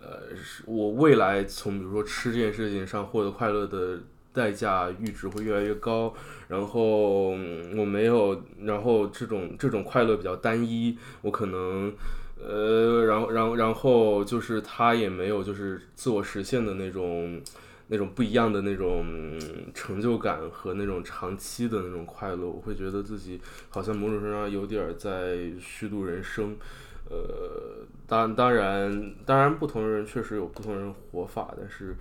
Speaker 1: 呃，是我未来从比如说吃这件事情上获得快乐的。代价阈值会越来越高，然后嗯我没有，然后这种这种快乐比较单一，我可能呃，然后，然后，然后就是他也没有就是自我实现的那种、那种不一样的那种嗯成就感和那种长期的那种快乐，我会觉得自己好像某种程度上有点儿在虚度人生。呃，当当然，当然，不同人确实有不同人活法，但是，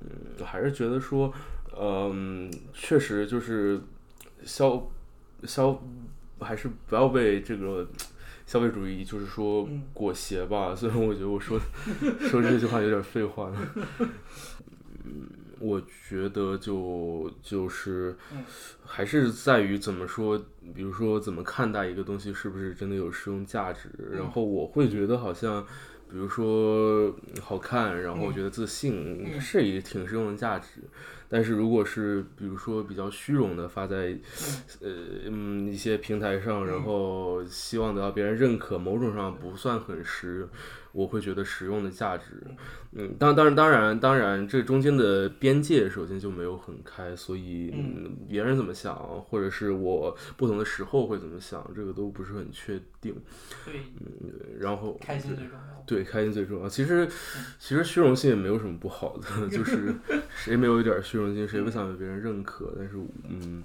Speaker 1: 嗯，我还是觉得说，嗯，确实就是消消，还是不要被这个消费主义就是说
Speaker 2: 嗯
Speaker 1: 裹挟吧。 *laughs* 虽然我觉得我说说这句话有点废话了，嗯，我觉得就就是
Speaker 2: 嗯
Speaker 1: 还是在于怎么说，比如说怎么看待一个东西是不是真的有实用价值。
Speaker 2: 嗯
Speaker 1: 然后我会觉得好像。比如说好看，然后
Speaker 2: 嗯
Speaker 1: 觉得自信、
Speaker 2: 嗯
Speaker 1: 是也挺实用的价值，但是如果是比如说比较虚荣的发在呃嗯一些平台上，然
Speaker 2: 嗯
Speaker 1: 后希望得到别人认可，某种上不算很实，我会觉得实用的价值。嗯，当当然当然当然，这中间的边界首先就没有很开，所以
Speaker 2: 嗯
Speaker 1: 嗯别人怎么想，或者是我不同的时候会怎么想，这个都不是很确定。
Speaker 2: 对，
Speaker 1: 嗯然后
Speaker 2: 开心最重要。
Speaker 1: 对，开心最重要。其实，
Speaker 2: 嗯
Speaker 1: 其实虚荣心也没有什么不好的， *laughs* 就是
Speaker 2: *laughs*
Speaker 1: 谁没有一点儿虚荣心，谁
Speaker 2: 嗯
Speaker 1: 不想被别人认可？但是，嗯，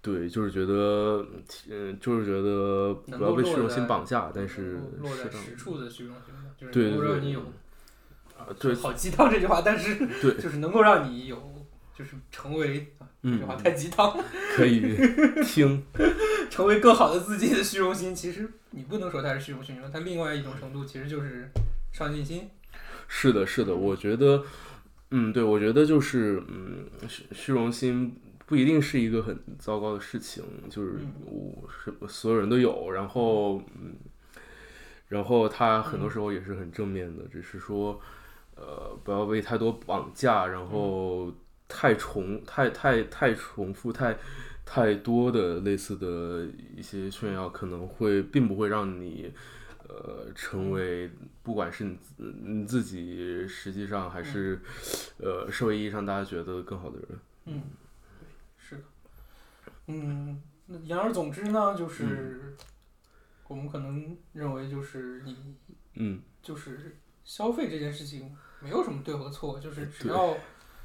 Speaker 1: 对，就是觉得，嗯，就是觉得
Speaker 2: 能
Speaker 1: 不要
Speaker 2: 够
Speaker 1: 被
Speaker 2: 落
Speaker 1: 虚荣心
Speaker 2: 在
Speaker 1: 绑架，但是
Speaker 2: 落落在
Speaker 1: 适当
Speaker 2: 实处的虚荣心上，就是
Speaker 1: 对
Speaker 2: 能够
Speaker 1: 对
Speaker 2: 让
Speaker 1: 对
Speaker 2: 你有
Speaker 1: 啊对
Speaker 2: 好鸡汤这句话，但
Speaker 1: *laughs*
Speaker 2: 是 *laughs*
Speaker 1: 对
Speaker 2: 就是能够让你有就是成为啊这
Speaker 1: 嗯
Speaker 2: 句，话太鸡汤，
Speaker 1: 可
Speaker 2: *laughs*
Speaker 1: 以听，
Speaker 2: 成为更好的自己的虚荣心，其实你不能说它是虚荣心，它另外一种程度其实就是上进心。
Speaker 1: 是的，是的，我觉得，嗯，对，我觉得就是，嗯，虚虚荣心不一定是一个很糟糕的事情，就是
Speaker 2: 嗯
Speaker 1: 我是所有人都有，然后，嗯，然后它很多时候也是很正面的，只是说，呃，不要被太多绑架，然后太重、太太太重复、太太多的类似的一些炫耀，可能会并不会让你。呃，成为
Speaker 2: 嗯
Speaker 1: 不管是你自你自己，实际上还是、呃社会意义上大家觉得更好的人。
Speaker 2: 嗯，对，是的。嗯，那言而总之呢，
Speaker 1: 嗯
Speaker 2: 就是、我们可能认为就是你
Speaker 1: 嗯，
Speaker 2: 就是消费这件事情没有什么对和错，就是只
Speaker 1: 对
Speaker 2: 要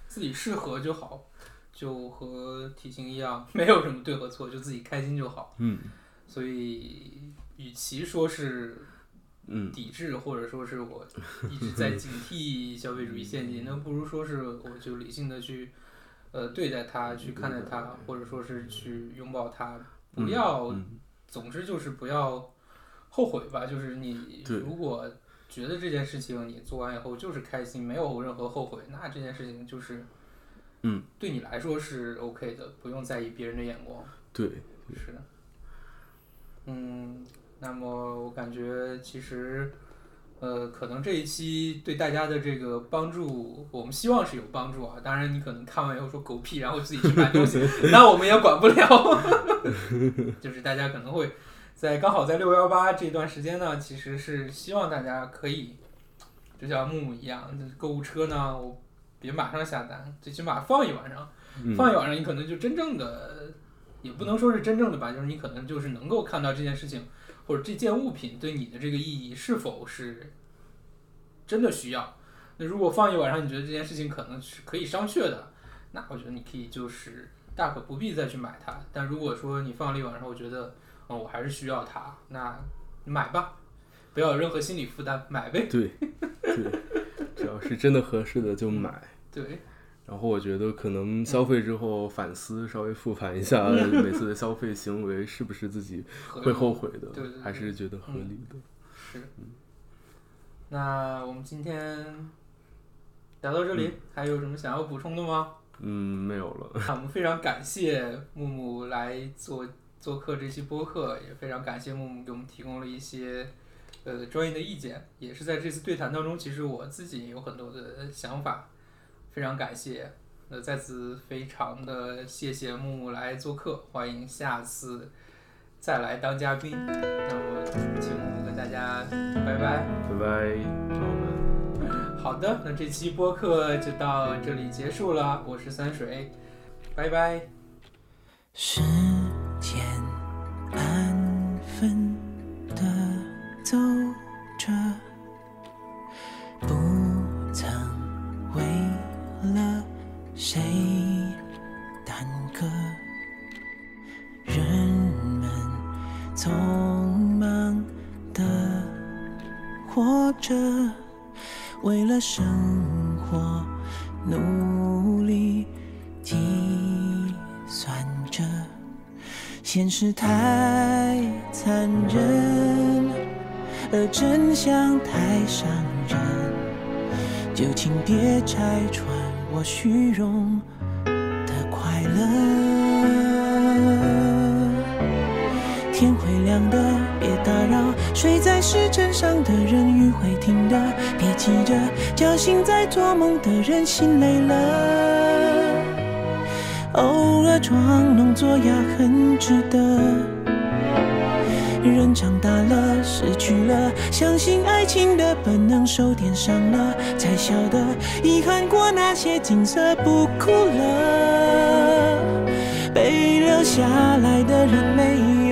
Speaker 2: 自己适合就好，就和体型一样，没有什么对和错，就自己开心就好。
Speaker 1: 嗯
Speaker 2: 所以，与其说是
Speaker 1: 嗯，
Speaker 2: 抵制，或者说是我一直在警惕消费主义陷阱，那不如说是我就理性的去，呃，对待它，去看待它，或者说是去拥抱它，不要，
Speaker 1: 嗯
Speaker 2: 总之就是不要后悔吧。就是你
Speaker 1: 对
Speaker 2: 如果觉得这件事情你做完以后就是开心，没有任何后悔，那这件事情就是，
Speaker 1: 嗯，
Speaker 2: 对你来说是 OK 的，不用在意别人的眼光。
Speaker 1: 对，
Speaker 2: 是，嗯，那么我感觉其实，呃，可能这一期对大家的这个帮助，我们希望是有帮助啊。当然，你可能看完以后说狗屁，然后自己去买东西，那我们也管不了。 *laughs* 就是大家可能会在刚好在六幺八这段时间呢，其实是希望大家可以，就像木木一样，就是购物车呢，我别马上下单，最起码放一晚上。
Speaker 1: 嗯
Speaker 2: 放一晚上，你可能就真正的，也不能说是真正的吧，就是你可能就是能够看到这件事情或者这件物品对你的这个意义是否是真的需要。那如果放一晚上，你觉得这件事情可能是可以商榷的，那我觉得你可以就是大可不必再去买它。但如果说你放了一晚上，我觉得，嗯，我还是需要它，那你买吧，不要有任何心理哎负担，买呗。
Speaker 1: 对对，只要是真的合适的就买，
Speaker 2: *laughs* 对，
Speaker 1: 然后我觉得可能消费之后反思，稍微复盘一下每次的消费行为是不是自己
Speaker 2: 嗯合
Speaker 1: 会
Speaker 2: 理
Speaker 1: 后悔的
Speaker 2: 对对对，
Speaker 1: 还是觉得合理的。
Speaker 2: 是。那我们今天聊到这里，还有什么想要补充的吗？
Speaker 1: 嗯，没有
Speaker 2: *laughs*
Speaker 1: 了。
Speaker 2: 啊我们非常感谢木木来做做客这期播客，也非常感谢木木给我们提供了一些呃专业的意见，也是在这次对谈当中，其实我自己有很多的想法，非常感谢。那再次非常的谢谢木木来做客，欢迎下次再来当嘉宾。那么请木木跟大家拜拜。
Speaker 1: 拜拜，朋友们。
Speaker 2: 好的，那这期播客就到这里结束了，我是三水，拜拜。
Speaker 3: 时间安分地走着，不曾为了谁耽搁。人们匆忙地活着，为了生活努力。计算着，现实太残忍，而真相太伤人。就请别拆穿我虚荣的快乐。天会亮的，别打扰睡在石枕上的人，雨会停的，别急着叫醒在做梦的人，心累了。偶尔装聋作哑很值得。人长大了，失去了相信爱情的本能，受点伤了，才晓得遗憾过那些景色，不哭了。被留下来的人没有。